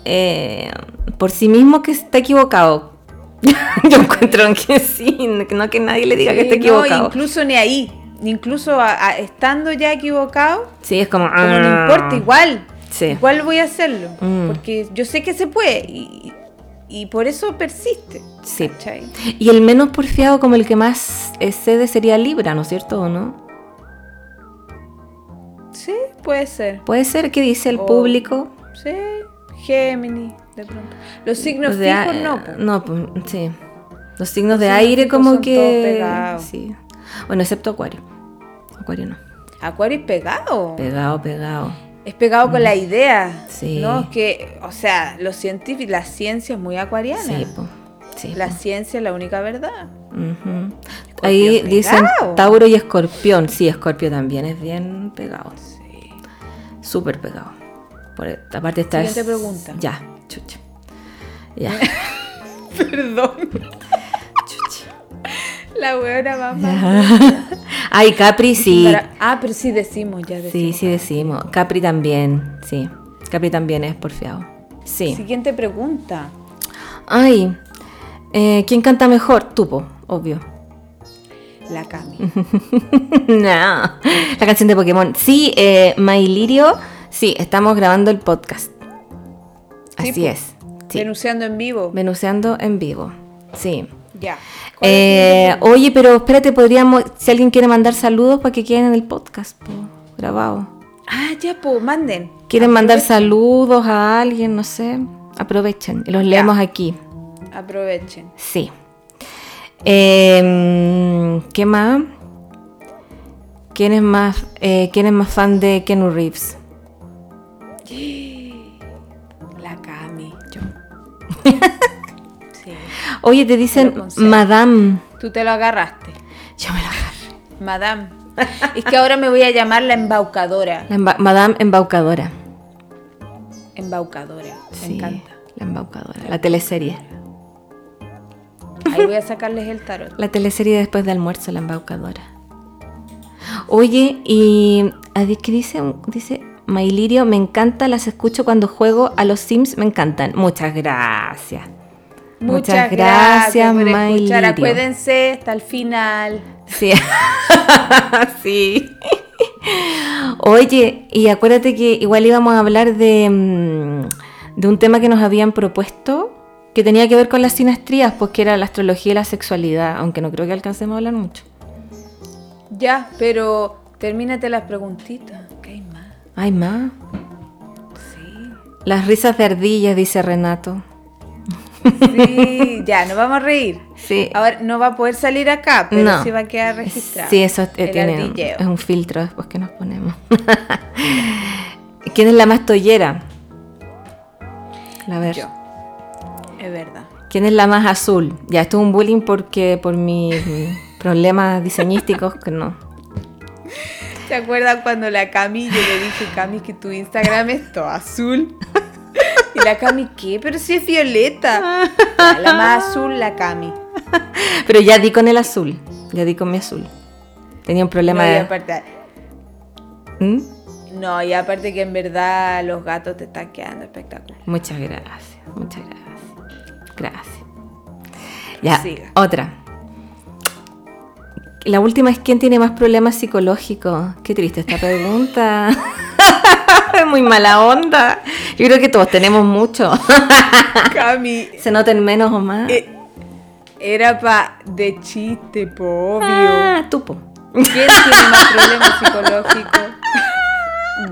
Speaker 2: eh, por sí mismo que está equivocado. (laughs) Yo encuentro que sí, que no que nadie le diga que está
Speaker 1: Sí, no,
Speaker 2: equivocado.
Speaker 1: incluso ni ahí. Incluso a- a- estando ya equivocado,
Speaker 2: sí, es como...
Speaker 1: como no
Speaker 2: "Ah".
Speaker 1: importa, igual.
Speaker 2: Sí.
Speaker 1: Igual voy a hacerlo.
Speaker 2: Mm.
Speaker 1: Porque yo sé que se puede. Y, y por eso persiste.
Speaker 2: Sí.
Speaker 1: ¿cachai?
Speaker 2: Y el menos porfiado como el que más eh, cede sería Libra, ¿no es cierto? ¿O no?
Speaker 1: Sí, puede ser.
Speaker 2: Puede ser que dice el
Speaker 1: O-
Speaker 2: público.
Speaker 1: Sí, Géminis, de pronto. Los signos
Speaker 2: de a-
Speaker 1: fijos no. po.
Speaker 2: No, pues, sí. Los signos de
Speaker 1: signos
Speaker 2: aire
Speaker 1: fijos
Speaker 2: como
Speaker 1: son todos
Speaker 2: que...
Speaker 1: pegados.
Speaker 2: Sí. Bueno, excepto Acuario. Acuario no.
Speaker 1: Acuario es pegado.
Speaker 2: Pegado, pegado.
Speaker 1: es pegado con la idea.
Speaker 2: eh, mm, Sí.
Speaker 1: No, es que, o sea, los científicos, la ciencia es muy acuariana.
Speaker 2: Sí, po. Sí,
Speaker 1: la
Speaker 2: po.
Speaker 1: ciencia es la única
Speaker 2: (laughs)
Speaker 1: verdad.
Speaker 2: Ujú. Ahí
Speaker 1: pegado.
Speaker 2: dicen Tauro y Escorpión. Sí, Escorpio también es bien pegado.
Speaker 1: Sí.
Speaker 2: Súper pegado. Por, e, aparte está...
Speaker 1: Siguiente pregunta.
Speaker 2: Ya, chucha.
Speaker 1: (laughs)
Speaker 2: Ya,
Speaker 1: Perdón,
Speaker 2: chucha.
Speaker 1: la buena mamá.
Speaker 2: Ya. Ay, Capri sí.
Speaker 1: Para- ah, pero sí decimos, ya
Speaker 2: Sí,
Speaker 1: decimos.
Speaker 2: sí decimos. Capri también, sí. Capri también es porfiado. Sí.
Speaker 1: Siguiente pregunta.
Speaker 2: Ay, eh, ¿quién canta mejor? Tupo, obvio.
Speaker 1: la Cami.
Speaker 2: (laughs) no. La canción de Pokémon. Sí, eh, My Lirio. Sí, estamos grabando el podcast.
Speaker 1: Sí,
Speaker 2: Así
Speaker 1: po.
Speaker 2: es. Sí.
Speaker 1: Denunciando en vivo.
Speaker 2: Menuceando en vivo. Sí.
Speaker 1: Ya. ¿Cuál es
Speaker 2: Eh, oye, pero espérate, podríamos, si alguien quiere mandar saludos para que queden en el podcast, po, grabado.
Speaker 1: el- Ah, ya, po, manden.
Speaker 2: Quieren mandar saludos a alguien, no sé, aprovechen y los leemos aquí.
Speaker 1: Aprovechen.
Speaker 2: Sí. Em, ¿Qué más? ¿Quién es más, eh, ¿Quién es más fan de Kenu Reeves?
Speaker 1: La Cami.
Speaker 2: (laughs)
Speaker 1: Yo. sí.
Speaker 2: Oye, te dicen
Speaker 1: Te lo concedo.
Speaker 2: Madame.
Speaker 1: Tú te lo agarraste.
Speaker 2: Yo me lo agarré.
Speaker 1: Madame. Es que ahora me voy a llamar la embaucadora.
Speaker 2: La emba- Madame Embaucadora.
Speaker 1: Embaucadora. Me
Speaker 2: Sí,
Speaker 1: encanta.
Speaker 2: La Embaucadora. La teleserie.
Speaker 1: Ahí voy a sacarles el
Speaker 2: (laughs)
Speaker 1: tarot.
Speaker 2: La teleserie después de almuerzo, La Embaucadora. Oye, y a di- ¿qué dice? Dice, Mailirio, me encanta, las escucho cuando juego a los Sims, me encantan. Muchas gracias. Muchas gracias,
Speaker 1: por
Speaker 2: May
Speaker 1: escuchar.
Speaker 2: Lirio.
Speaker 1: Acuérdense hasta el final.
Speaker 2: Sí. (laughs) sí. Oye, y acuérdate que igual íbamos a hablar de, mm, de un tema que nos habían propuesto que tenía que ver con las sinastrías, pues que era la astrología y la sexualidad, aunque no creo que alcancemos a hablar mucho.
Speaker 1: Ya, pero termínate las preguntitas. ¿Qué hay más?
Speaker 2: Ay, más.
Speaker 1: Sí.
Speaker 2: Las risas de ardillas, dice Renato. (laughs)
Speaker 1: Sí, ya, nos vamos a reír.
Speaker 2: Sí.
Speaker 1: Ahora no va a poder salir acá, pero
Speaker 2: No.
Speaker 1: sí va a quedar registrado.
Speaker 2: Sí, eso es-
Speaker 1: El
Speaker 2: tiene-
Speaker 1: ardilleo.
Speaker 2: es un filtro después que nos ponemos. (laughs) ¿Quién es la más tollera? A ver.
Speaker 1: Yo. Es verdad.
Speaker 2: ¿Quién es la más azul? Ya, esto es un bullying porque por (laughs) mis mm, problemas diseñísticos que no.
Speaker 1: ¿Se acuerdan cuando la Cami, yo le dije, Cami, que tu Instagram es todo azul? (laughs) Y la Cami, ¿qué? Pero si es
Speaker 2: (laughs)
Speaker 1: violeta. Ya, La más azul, la Cami.
Speaker 2: Pero ya di con el azul, ya di con mi azul. Tenía un
Speaker 1: No,
Speaker 2: problema
Speaker 1: y
Speaker 2: de...
Speaker 1: aparte,
Speaker 2: ¿Mm?
Speaker 1: no, y aparte que en verdad los gatos te están quedando
Speaker 2: (laughs)
Speaker 1: espectacular.
Speaker 2: Muchas gracias, muchas gracias. Gracias. Ya,
Speaker 1: Siga.
Speaker 2: otra. La última es quién tiene más problemas psicológicos. Qué triste esta pregunta. (laughs) Muy mala onda. Yo creo que todos tenemos mucho. (laughs)
Speaker 1: Cami,
Speaker 2: Se noten menos o más.
Speaker 1: eh, era pa de chiste, po, obvio.
Speaker 2: Ah, tupo.
Speaker 1: ¿Quién tiene más problemas
Speaker 2: (laughs)
Speaker 1: psicológicos?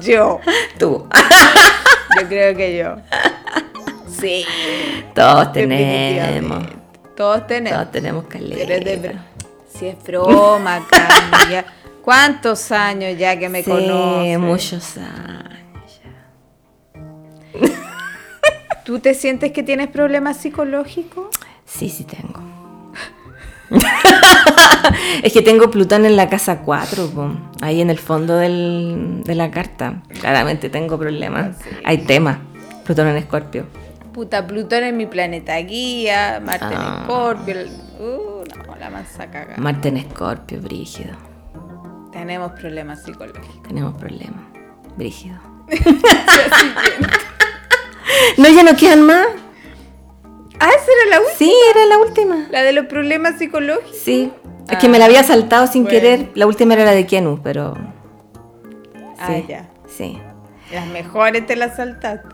Speaker 1: Yo.
Speaker 2: Tú.
Speaker 1: Yo creo que yo. Sí. (laughs)
Speaker 2: Todos tenemos.
Speaker 1: Todos tenemos.
Speaker 2: Todos tenemos
Speaker 1: Pero es de
Speaker 2: caleta.
Speaker 1: bro- Si es broma, Cami, (laughs) ya. ¿Cuántos años ya que me
Speaker 2: sí,
Speaker 1: conoces?
Speaker 2: muchos años. ya.
Speaker 1: ¿Tú te sientes que tienes problemas psicológicos?
Speaker 2: Sí, sí tengo. (laughs) es que tengo Plutón en la casa 4, po, ahí en el fondo del- de la carta. Claramente tengo problemas.
Speaker 1: Ah,
Speaker 2: Hay temas. Plutón en Escorpio.
Speaker 1: Puta, Plutón es mi planeta guía, Marte en
Speaker 2: Ah.
Speaker 1: Escorpio. el- Uh, no, la mansa caga.
Speaker 2: Marte en Escorpio, brígido.
Speaker 1: Tenemos problemas psicológicos.
Speaker 2: Tenemos problemas.
Speaker 1: (laughs)
Speaker 2: Brígido. (laughs) no, ya no quedan más.
Speaker 1: Ah, esa era la última.
Speaker 2: Sí, era la última.
Speaker 1: La de los problemas psicológicos.
Speaker 2: Sí, es que me la había saltado sin
Speaker 1: Ah, bueno.
Speaker 2: querer. La última era la de Kenu, pero.
Speaker 1: Ah,
Speaker 2: sí,
Speaker 1: ya.
Speaker 2: Sí.
Speaker 1: Las mejores te las saltaste.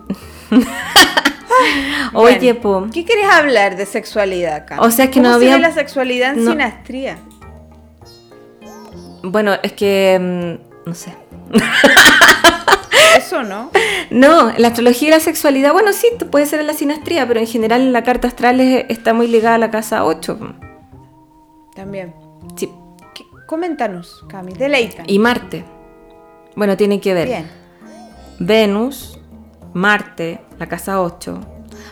Speaker 2: Oye,
Speaker 1: Bueno,
Speaker 2: po.
Speaker 1: ¿Qué quieres hablar de sexualidad acá?
Speaker 2: O sea, que no
Speaker 1: se ve
Speaker 2: había-
Speaker 1: la sexualidad en (laughs)
Speaker 2: no.
Speaker 1: sinastría?
Speaker 2: Bueno, es que. mm, No sé.
Speaker 1: Eso no.
Speaker 2: No, la astrología y la sexualidad, bueno, sí, t- puede ser en la sinastría, pero en general la carta astral es- está muy ligada a la casa 8.
Speaker 1: También.
Speaker 2: Sí.
Speaker 1: ¿Qué- Coméntanos, Cami, deleita.
Speaker 2: Y Marte. Bueno, tiene que ver.
Speaker 1: Bien.
Speaker 2: Venus, Marte, la casa 8.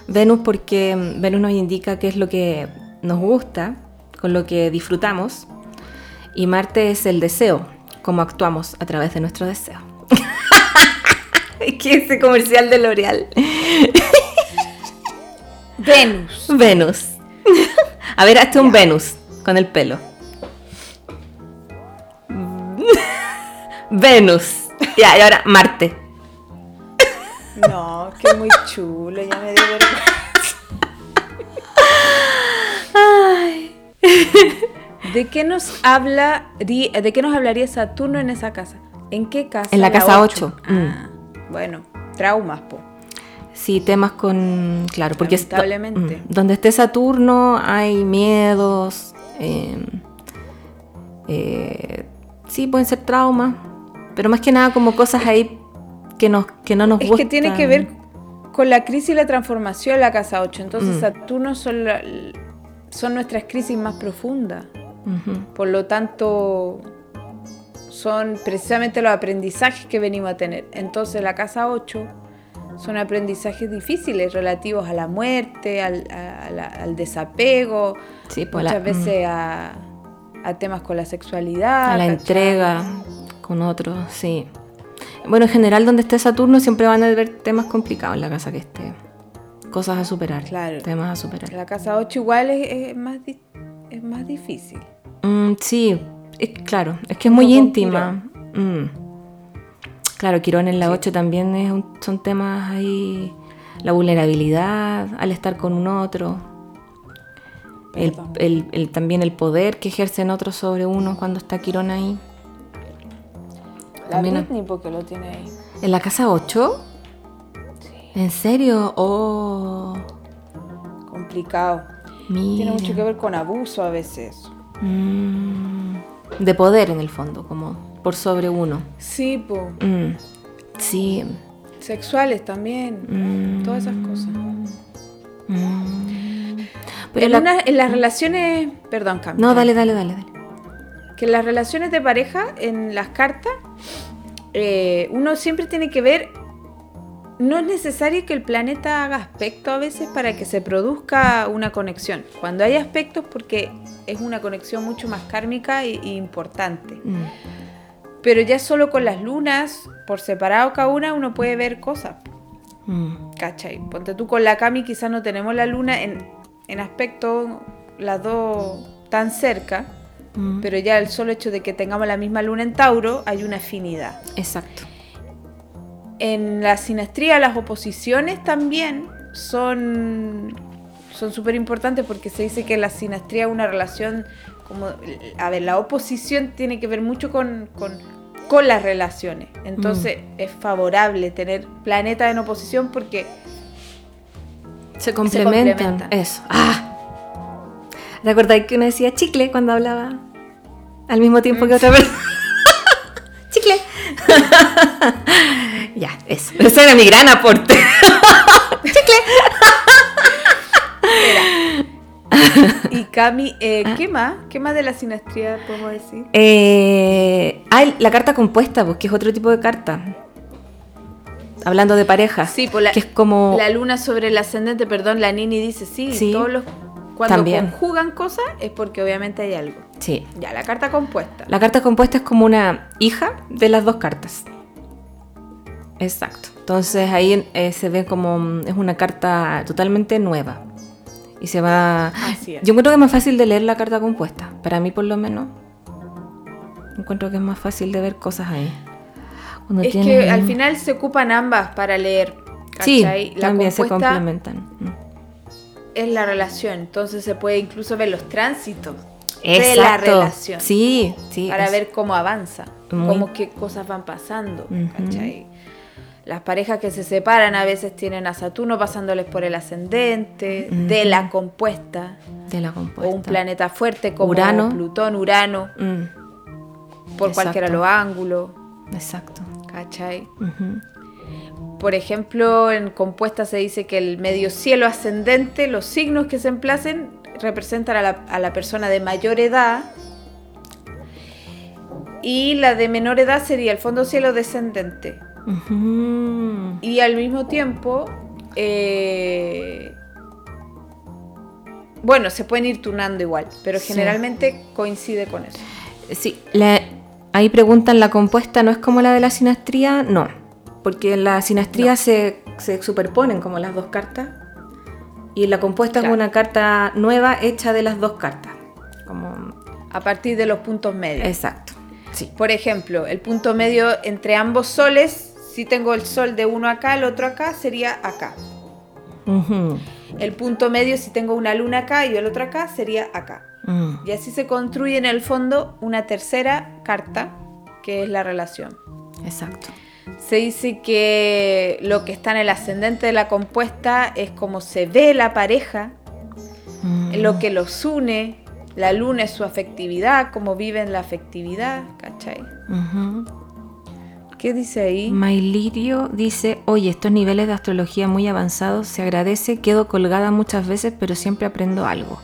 Speaker 2: Venus porque mm, Venus nos indica qué es lo que nos gusta, con lo que disfrutamos. Y Marte es el deseo, cómo actuamos a través de nuestro deseo. (laughs) Es que ese comercial de L'Oreal.
Speaker 1: Venus.
Speaker 2: Venus. A ver, hazte un Venus con el pelo. Venus. Ya, y ahora Marte.
Speaker 1: No, que muy chulo, ya me dio vergüenza. ¿De qué nos hablaría, de qué nos hablaría Saturno en esa casa? ¿En qué casa?
Speaker 2: En la casa
Speaker 1: ocho.
Speaker 2: ocho, mm.
Speaker 1: Ah, Bueno, traumas, po.
Speaker 2: Sí, temas con. Claro, porque. es-
Speaker 1: Lamentablemente.
Speaker 2: mm, donde esté Saturno hay miedos. eh, eh, sí, pueden ser traumas. Pero más que nada, como cosas ahí que, nos, que no nos
Speaker 1: Es
Speaker 2: gustan.
Speaker 1: que tiene que ver con la crisis y la transformación la casa 8.
Speaker 2: Mm.
Speaker 1: Entonces Saturno son, la- son nuestras crisis más profundas.
Speaker 2: Ujú.
Speaker 1: Por lo tanto, son precisamente los aprendizajes que venimos a tener. Entonces la casa 8 son aprendizajes difíciles relativos a la muerte, al, a- a la- al desapego,
Speaker 2: Sí, pues,
Speaker 1: muchas
Speaker 2: la-
Speaker 1: veces a, a temas con la sexualidad.
Speaker 2: A la
Speaker 1: ¿cachai?
Speaker 2: entrega con otros, sí. Bueno, en general, donde esté Saturno siempre van a haber temas complicados en la casa que esté. Cosas a superar.
Speaker 1: Claro.
Speaker 2: Temas a superar.
Speaker 1: La casa 8 igual es, es más, di- es más difícil.
Speaker 2: Mm, sí, es, claro, es que es muy
Speaker 1: Como con
Speaker 2: íntima. Mm. Claro, Quirón en la 8 también es un- son temas ahí, la vulnerabilidad al estar con un otro, el,
Speaker 1: Perdón.
Speaker 2: el- el- también el poder que ejercen otros sobre uno cuando está Quirón ahí.
Speaker 1: La
Speaker 2: También-
Speaker 1: Britney porque lo tiene ahí.
Speaker 2: ¿En la casa 8? ¿En serio? Oh,
Speaker 1: Complicado.
Speaker 2: mira.
Speaker 1: Tiene mucho que ver con abuso a veces.
Speaker 2: Mm, de poder en el fondo, como por sobre uno.
Speaker 1: Sí, po.
Speaker 2: Mm, sí.
Speaker 1: Sexuales también. Todas esas cosas.
Speaker 2: Mm. Pero
Speaker 1: Pero en,
Speaker 2: la- Mm.
Speaker 1: una- en las relaciones. Perdón, Cami.
Speaker 2: No, dale, dale, dale, dale.
Speaker 1: Que en las relaciones de pareja, en las cartas, eh, uno siempre tiene que ver. No es necesario que el planeta haga aspecto a veces para que se produzca una conexión. Cuando hay aspectos, porque es una conexión mucho más kármica e importante.
Speaker 2: Mm,
Speaker 1: Pero ya solo con las lunas, por separado cada una, uno puede ver cosas.
Speaker 2: mm,
Speaker 1: ¿Cachai? Ponte tú con la Cami, quizás no tenemos la luna en, en aspecto las dos tan cerca,
Speaker 2: mm.
Speaker 1: pero ya el solo hecho de que tengamos la misma luna en Tauro, hay una afinidad.
Speaker 2: Exacto.
Speaker 1: En la sinastría, las oposiciones también son son súper importantes porque se dice que la sinastría es una relación como a ver la oposición tiene que ver mucho con, con- con las relaciones entonces es favorable tener planetas en oposición porque
Speaker 2: Se complementan.
Speaker 1: complementan.
Speaker 2: Eso. ¡Ah! ¿Te acordáis que uno decía chicle cuando hablaba? Al mismo tiempo
Speaker 1: Mm.
Speaker 2: que otra persona. (laughs) ¡Chicle! (laughs) ya, eso. Ese era mi gran aporte. (laughs)
Speaker 1: Y Cami, eh, ¿qué más? ¿Qué más de la sinastría podemos decir?
Speaker 2: Eh, ah, el- la carta compuesta, pues, que es otro tipo de carta. Hablando de pareja.
Speaker 1: Sí, pues la-
Speaker 2: que es como.
Speaker 1: La luna sobre el ascendente, perdón, la Nini dice sí,
Speaker 2: Sí,
Speaker 1: todos los cuando
Speaker 2: también.
Speaker 1: conjugan cosas es porque obviamente hay algo.
Speaker 2: Sí.
Speaker 1: Ya, la carta compuesta.
Speaker 2: La carta compuesta es como una hija de las dos cartas. Exacto. Entonces ahí eh, se ve como mm, es una carta totalmente nueva. Y se va...
Speaker 1: Así es.
Speaker 2: Yo encuentro que es más fácil de leer la carta compuesta. Para mí por lo menos. Encuentro que es más fácil de ver cosas ahí. Cuando
Speaker 1: es
Speaker 2: tienes
Speaker 1: que
Speaker 2: ahí-
Speaker 1: al final se ocupan ambas para leer.
Speaker 2: Sí,
Speaker 1: ¿cachai? la
Speaker 2: también se
Speaker 1: compuesta
Speaker 2: complementan. Mm.
Speaker 1: es la relación, entonces se puede incluso ver los tránsitos de la
Speaker 2: Exacto.
Speaker 1: relación.
Speaker 2: Sí, sí.
Speaker 1: para
Speaker 2: es-
Speaker 1: ver cómo avanza,
Speaker 2: Muy-
Speaker 1: cómo qué cosas van pasando,
Speaker 2: Ujú.
Speaker 1: ¿cachai? Las parejas que se separan a veces tienen a Saturno pasándoles por el ascendente, de la compuesta,
Speaker 2: De la compuesta.
Speaker 1: o un planeta fuerte como
Speaker 2: Urano.
Speaker 1: Plutón, Urano,
Speaker 2: Mm,
Speaker 1: por
Speaker 2: Exacto.
Speaker 1: cualquiera los ángulos,
Speaker 2: exacto.
Speaker 1: ¿cachai?
Speaker 2: Ujú.
Speaker 1: Por ejemplo, en compuesta se dice que el medio cielo ascendente, los signos que se emplacen, representan a la, a la persona de mayor edad. Y la de menor edad sería el fondo cielo descendente.
Speaker 2: Ujú.
Speaker 1: Y al mismo tiempo, eh, bueno, se pueden ir turnando igual, pero
Speaker 2: Sí.
Speaker 1: generalmente coincide con eso.
Speaker 2: Sí, la- ahí preguntan, ¿la compuesta no es como la de la sinastría? No, porque en la sinastría se, se superponen como las dos cartas y la compuesta
Speaker 1: Claro.
Speaker 2: es una carta nueva hecha de las dos cartas. Como,
Speaker 1: A partir de los puntos medios.
Speaker 2: exacto, sí.
Speaker 1: Por ejemplo, el punto medio entre ambos soles, si tengo el sol de uno acá, el otro acá, sería acá.
Speaker 2: Ujú.
Speaker 1: el punto medio, si tengo una luna acá y el otro acá, sería acá.
Speaker 2: Mm.
Speaker 1: Y así se construye en el fondo una tercera carta, que es la relación.
Speaker 2: Exacto.
Speaker 1: Se dice que lo que está en el ascendente de la compuesta es como se ve la pareja,
Speaker 2: Mm.
Speaker 1: lo que los une. La luna es su afectividad, cómo viven la afectividad, ¿cachai?
Speaker 2: Ujú.
Speaker 1: ¿Qué dice ahí?
Speaker 2: Mailirio dice, oye, estos niveles de astrología muy avanzados, se agradece, quedo colgada muchas veces, pero siempre aprendo algo.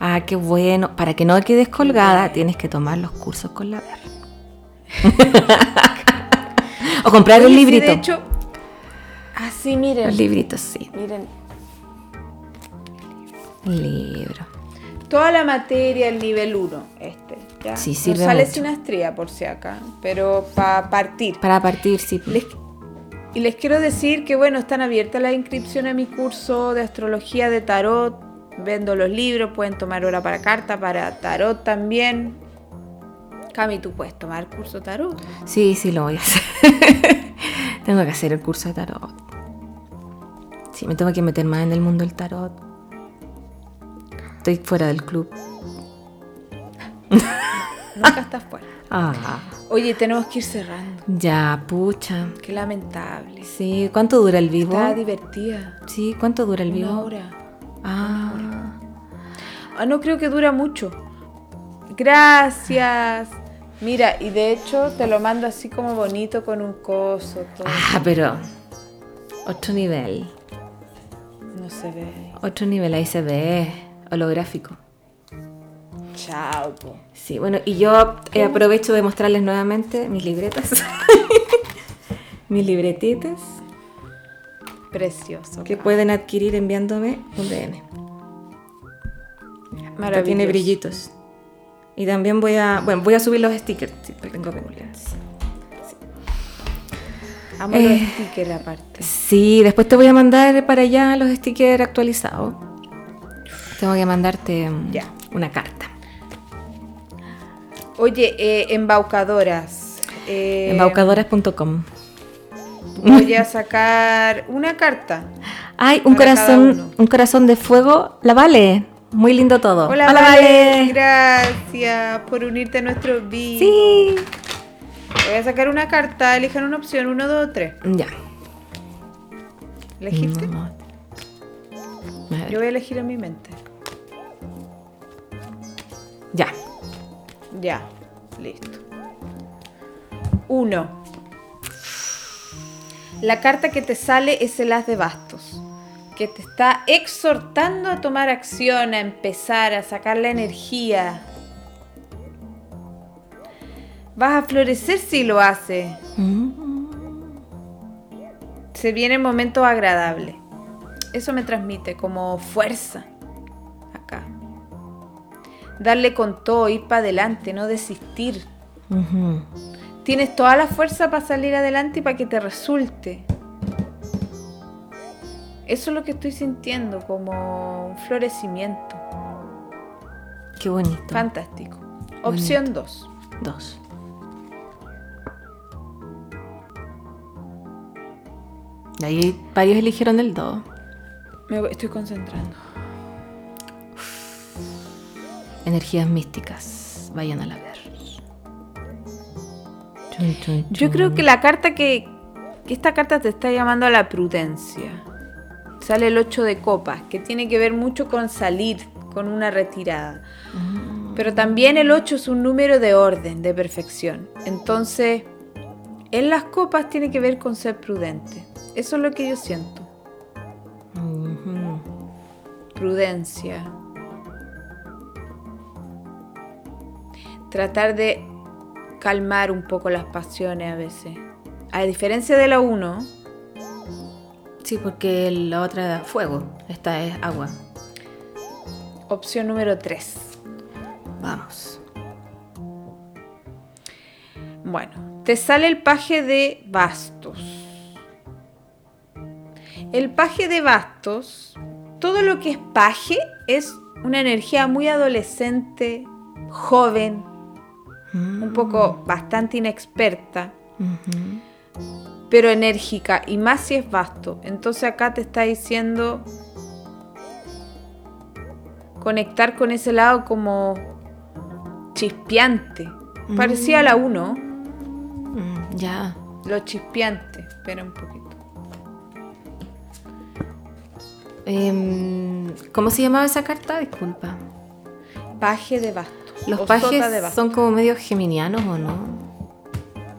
Speaker 2: Ah, qué bueno, para que no quedes colgada, tienes que tomar los cursos con la Ver. (laughs) o comprar el
Speaker 1: Oye, sí,
Speaker 2: librito.
Speaker 1: de hecho, así miren,
Speaker 2: Los libritos, sí.
Speaker 1: miren,
Speaker 2: Libro.
Speaker 1: toda la materia el nivel 1, este, ¿ya?
Speaker 2: Sí,
Speaker 1: No
Speaker 2: sirve
Speaker 1: sale
Speaker 2: mucho.
Speaker 1: sinastría por si acá, pero para partir.
Speaker 2: Para partir, sí.
Speaker 1: Les- y les quiero decir que, bueno, están abiertas las inscripciones a mi curso de astrología de tarot. Vendo los libros, pueden tomar hora para carta, para tarot también. Cami, tú puedes tomar curso tarot.
Speaker 2: Sí, sí, lo voy a hacer. (laughs) tengo que hacer el curso de tarot. Sí, me tengo que meter más en el mundo del tarot. Estoy fuera del club. (laughs)
Speaker 1: Nunca estás fuera.
Speaker 2: Ah,
Speaker 1: Oye, tenemos que ir cerrando.
Speaker 2: ya, pucha.
Speaker 1: Qué lamentable.
Speaker 2: Sí, ¿cuánto dura el vivo?
Speaker 1: Estaba divertida.
Speaker 2: Sí, ¿cuánto dura el
Speaker 1: Una
Speaker 2: vivo?
Speaker 1: hora.
Speaker 2: Ah,
Speaker 1: Ah, no creo que dura mucho. Gracias. Mira, y de hecho te lo mando así como bonito con un coso. Todo.
Speaker 2: ah, pero otro nivel,
Speaker 1: No se ve.
Speaker 2: otro nivel ahí se ve holográfico.
Speaker 1: Chao, po.
Speaker 2: Sí, bueno, y yo eh, aprovecho de mostrarles nuevamente mis libretas, (laughs) mis libretitas
Speaker 1: Precioso.
Speaker 2: que
Speaker 1: Cam.
Speaker 2: pueden adquirir enviándome un DM. Esta
Speaker 1: Maravilloso.
Speaker 2: tiene brillitos. Y también voy a, bueno, voy a subir los stickers, sí, porque tengo pendientes.
Speaker 1: Amo los
Speaker 2: Eh.
Speaker 1: stickers aparte.
Speaker 2: Sí, después te voy a mandar para allá los stickers actualizados. Tengo que mandarte mm,
Speaker 1: Ya.
Speaker 2: una carta.
Speaker 1: Oye, eh, embaucadoras. eh,
Speaker 2: Embaucadoras.com.
Speaker 1: Voy a sacar una carta.
Speaker 2: Ay, un
Speaker 1: para cada uno.
Speaker 2: corazón, un corazón de fuego. La vale. Muy lindo todo.
Speaker 1: Hola, vale. Gracias por unirte a nuestro vídeo.
Speaker 2: Sí.
Speaker 1: Voy a sacar una carta, elijan una opción, uno, dos, tres.
Speaker 2: Ya.
Speaker 1: ¿Elegiste?
Speaker 2: No. A ver,
Speaker 1: Yo voy a elegir en mi mente.
Speaker 2: Ya.
Speaker 1: Ya, listo. Uno. La carta que te sale es el as de bastos, que te está exhortando a tomar acción, a empezar, a sacar la energía. Vas a florecer si lo haces. se vienen momentos agradables. Eso me transmite como fuerza acá. Darle con todo, ir para adelante, no desistir.
Speaker 2: Ujú.
Speaker 1: Tienes toda la fuerza para salir adelante y para que te resulte. Eso es lo que estoy sintiendo, como un florecimiento.
Speaker 2: Qué bonito.
Speaker 1: Fantástico. Opción 2.
Speaker 2: Dos. Y ahí varios eligieron el do.
Speaker 1: Me voy- estoy concentrando.
Speaker 2: Energías místicas. Vayan a la ver. Chun, chun,
Speaker 1: Yo
Speaker 2: chun.
Speaker 1: creo que la carta que, que esta carta te está llamando a la prudencia. Sale el 8 de copas, que tiene que ver mucho con salir, con una retirada. Pero también el 8 es un número de orden, de perfección. Entonces, en las copas tiene que ver con ser prudente. Eso es lo que yo siento.
Speaker 2: Ujú.
Speaker 1: Prudencia. Tratar de calmar un poco las pasiones a veces. A diferencia de la 1,
Speaker 2: Sí, porque la otra era fuego, esta es agua.
Speaker 1: Opción número 3.
Speaker 2: Vamos.
Speaker 1: Bueno, te sale el paje de bastos. El paje de bastos, todo lo que es paje es una energía muy adolescente, joven, un poco bastante inexperta,
Speaker 2: Ujú.
Speaker 1: pero enérgica y más si es basto. Entonces acá te está diciendo conectar con ese lado como chispeante. Parecía la 1,
Speaker 2: Mm, ya.
Speaker 1: lo chispeante, pero un poquito.
Speaker 2: Em, ¿Cómo se llamaba esa carta? Disculpa.
Speaker 1: Paje de basto.
Speaker 2: Los
Speaker 1: o sota de
Speaker 2: pajes
Speaker 1: basto.
Speaker 2: son como medio geminianos, ¿o no?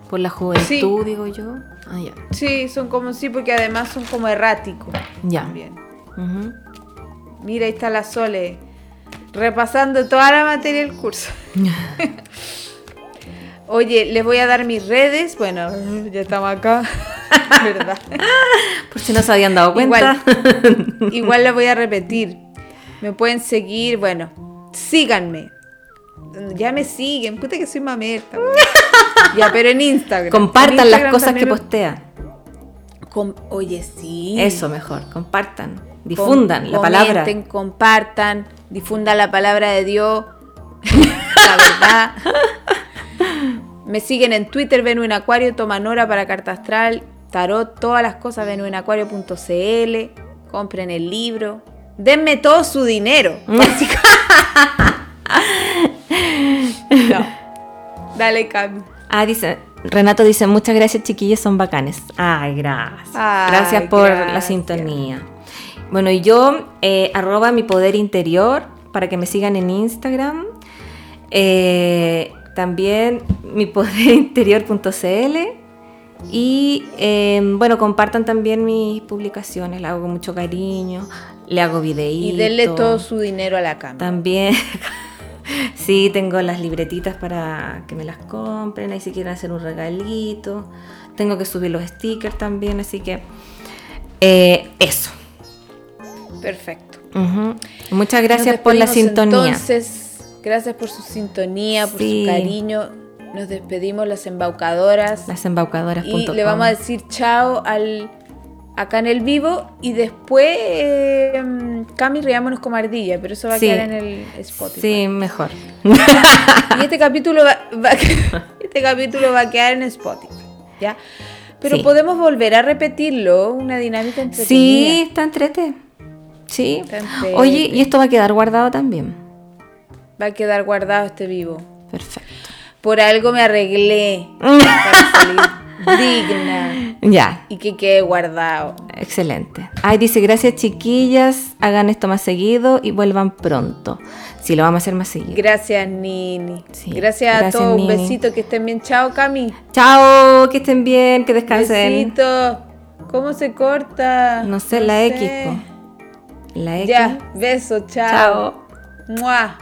Speaker 2: Por la juventud, digo yo. Ah, ya.
Speaker 1: Sí, son como sí, porque además son como erráticos
Speaker 2: Ya.
Speaker 1: también.
Speaker 2: Ujú. (laughs)
Speaker 1: Mira, ahí está la Sole repasando toda la materia del curso. Oye, les voy a dar mis redes. Bueno, (laughs) ya estamos acá. (laughs) ¿Verdad?
Speaker 2: Por si no se habían dado cuenta.
Speaker 1: (laughs)
Speaker 2: (laughs)
Speaker 1: Igual, igual la voy a repetir. Me pueden seguir, bueno, síganme. Ya me siguen, puta que soy
Speaker 2: (laughs)
Speaker 1: mamerta. weón. ya, pero en Instagram.
Speaker 2: Compartan
Speaker 1: En
Speaker 2: las
Speaker 1: Instagram
Speaker 2: cosas que
Speaker 1: también me-
Speaker 2: postean.
Speaker 1: Com- Oye, sí.
Speaker 2: Eso mejor. Compartan. Difundan la
Speaker 1: Com-
Speaker 2: palabra.
Speaker 1: Comenten, compartan, difundan la palabra de Dios. (laughs) la verdad. Me siguen en Twitter, Venu en Acuario, Tomanora para Carta Astral, Tarot, todas las cosas, venuenacuario.cl. Compren el libro. Denme todo su
Speaker 2: (laughs)
Speaker 1: dinero. No. Dale, Cami.
Speaker 2: (laughs) Ah, dice. Renato dice, muchas gracias chiquillas, son bacanes. Ay, gracias.
Speaker 1: Ay,
Speaker 2: gracias por la
Speaker 1: gracias.
Speaker 2: sintonía. Bueno, y yo, eh, arroba mi poder interior, para que me sigan en Instagram. Eh, también mi (laughs) Y eh, bueno, compartan también mis publicaciones, las hago con mucho cariño, le hago
Speaker 1: Y
Speaker 2: videitos.
Speaker 1: denle todo su dinero a la Cami.
Speaker 2: También, (laughs) sí, tengo las libretitas para que me las compren, ahí si quieren hacer un regalito. Tengo que subir los stickers también, así que eh, eso.
Speaker 1: Perfecto.
Speaker 2: Ujú.
Speaker 1: Nos
Speaker 2: Muchas gracias
Speaker 1: despedimos
Speaker 2: por la sintonía.
Speaker 1: Entonces, gracias por su sintonía, por
Speaker 2: Sí.
Speaker 1: su cariño. Nos despedimos las embaucadoras
Speaker 2: las
Speaker 1: y le vamos a decir chao al acá en el vivo y después eh, Cami riámonos como ardilla, pero eso va a
Speaker 2: Sí.
Speaker 1: quedar en el Spotify.
Speaker 2: Sí, mejor.
Speaker 1: Y este capítulo va, va- (laughs) este capítulo va a quedar en Spotify, ¿ya? Pero
Speaker 2: Sí.
Speaker 1: podemos volver a repetirlo, una dinámica entretenida.
Speaker 2: Sí, está entrete. Sí.
Speaker 1: Está entrete.
Speaker 2: Oye, y esto va a quedar guardado también.
Speaker 1: Va a quedar guardado este vivo.
Speaker 2: Perfecto.
Speaker 1: Por algo me
Speaker 2: (laughs)
Speaker 1: arreglé para salir digna
Speaker 2: Ya.
Speaker 1: y que quede guardado.
Speaker 2: Excelente. Ay, dice, gracias chiquillas, hagan esto más seguido y vuelvan pronto. Sí, lo vamos a hacer más seguido.
Speaker 1: Gracias, Nini.
Speaker 2: Sí,
Speaker 1: gracias, a
Speaker 2: gracias,
Speaker 1: todos. Un
Speaker 2: Nini.
Speaker 1: besito, que estén bien. Chao, Cami.
Speaker 2: Chao, que estén bien, que descansen.
Speaker 1: Besito. ¿Cómo se corta?
Speaker 2: No sé, la X.
Speaker 1: sé.
Speaker 2: po. La X.
Speaker 1: Ya, beso, chao.
Speaker 2: Chao.
Speaker 1: Mua.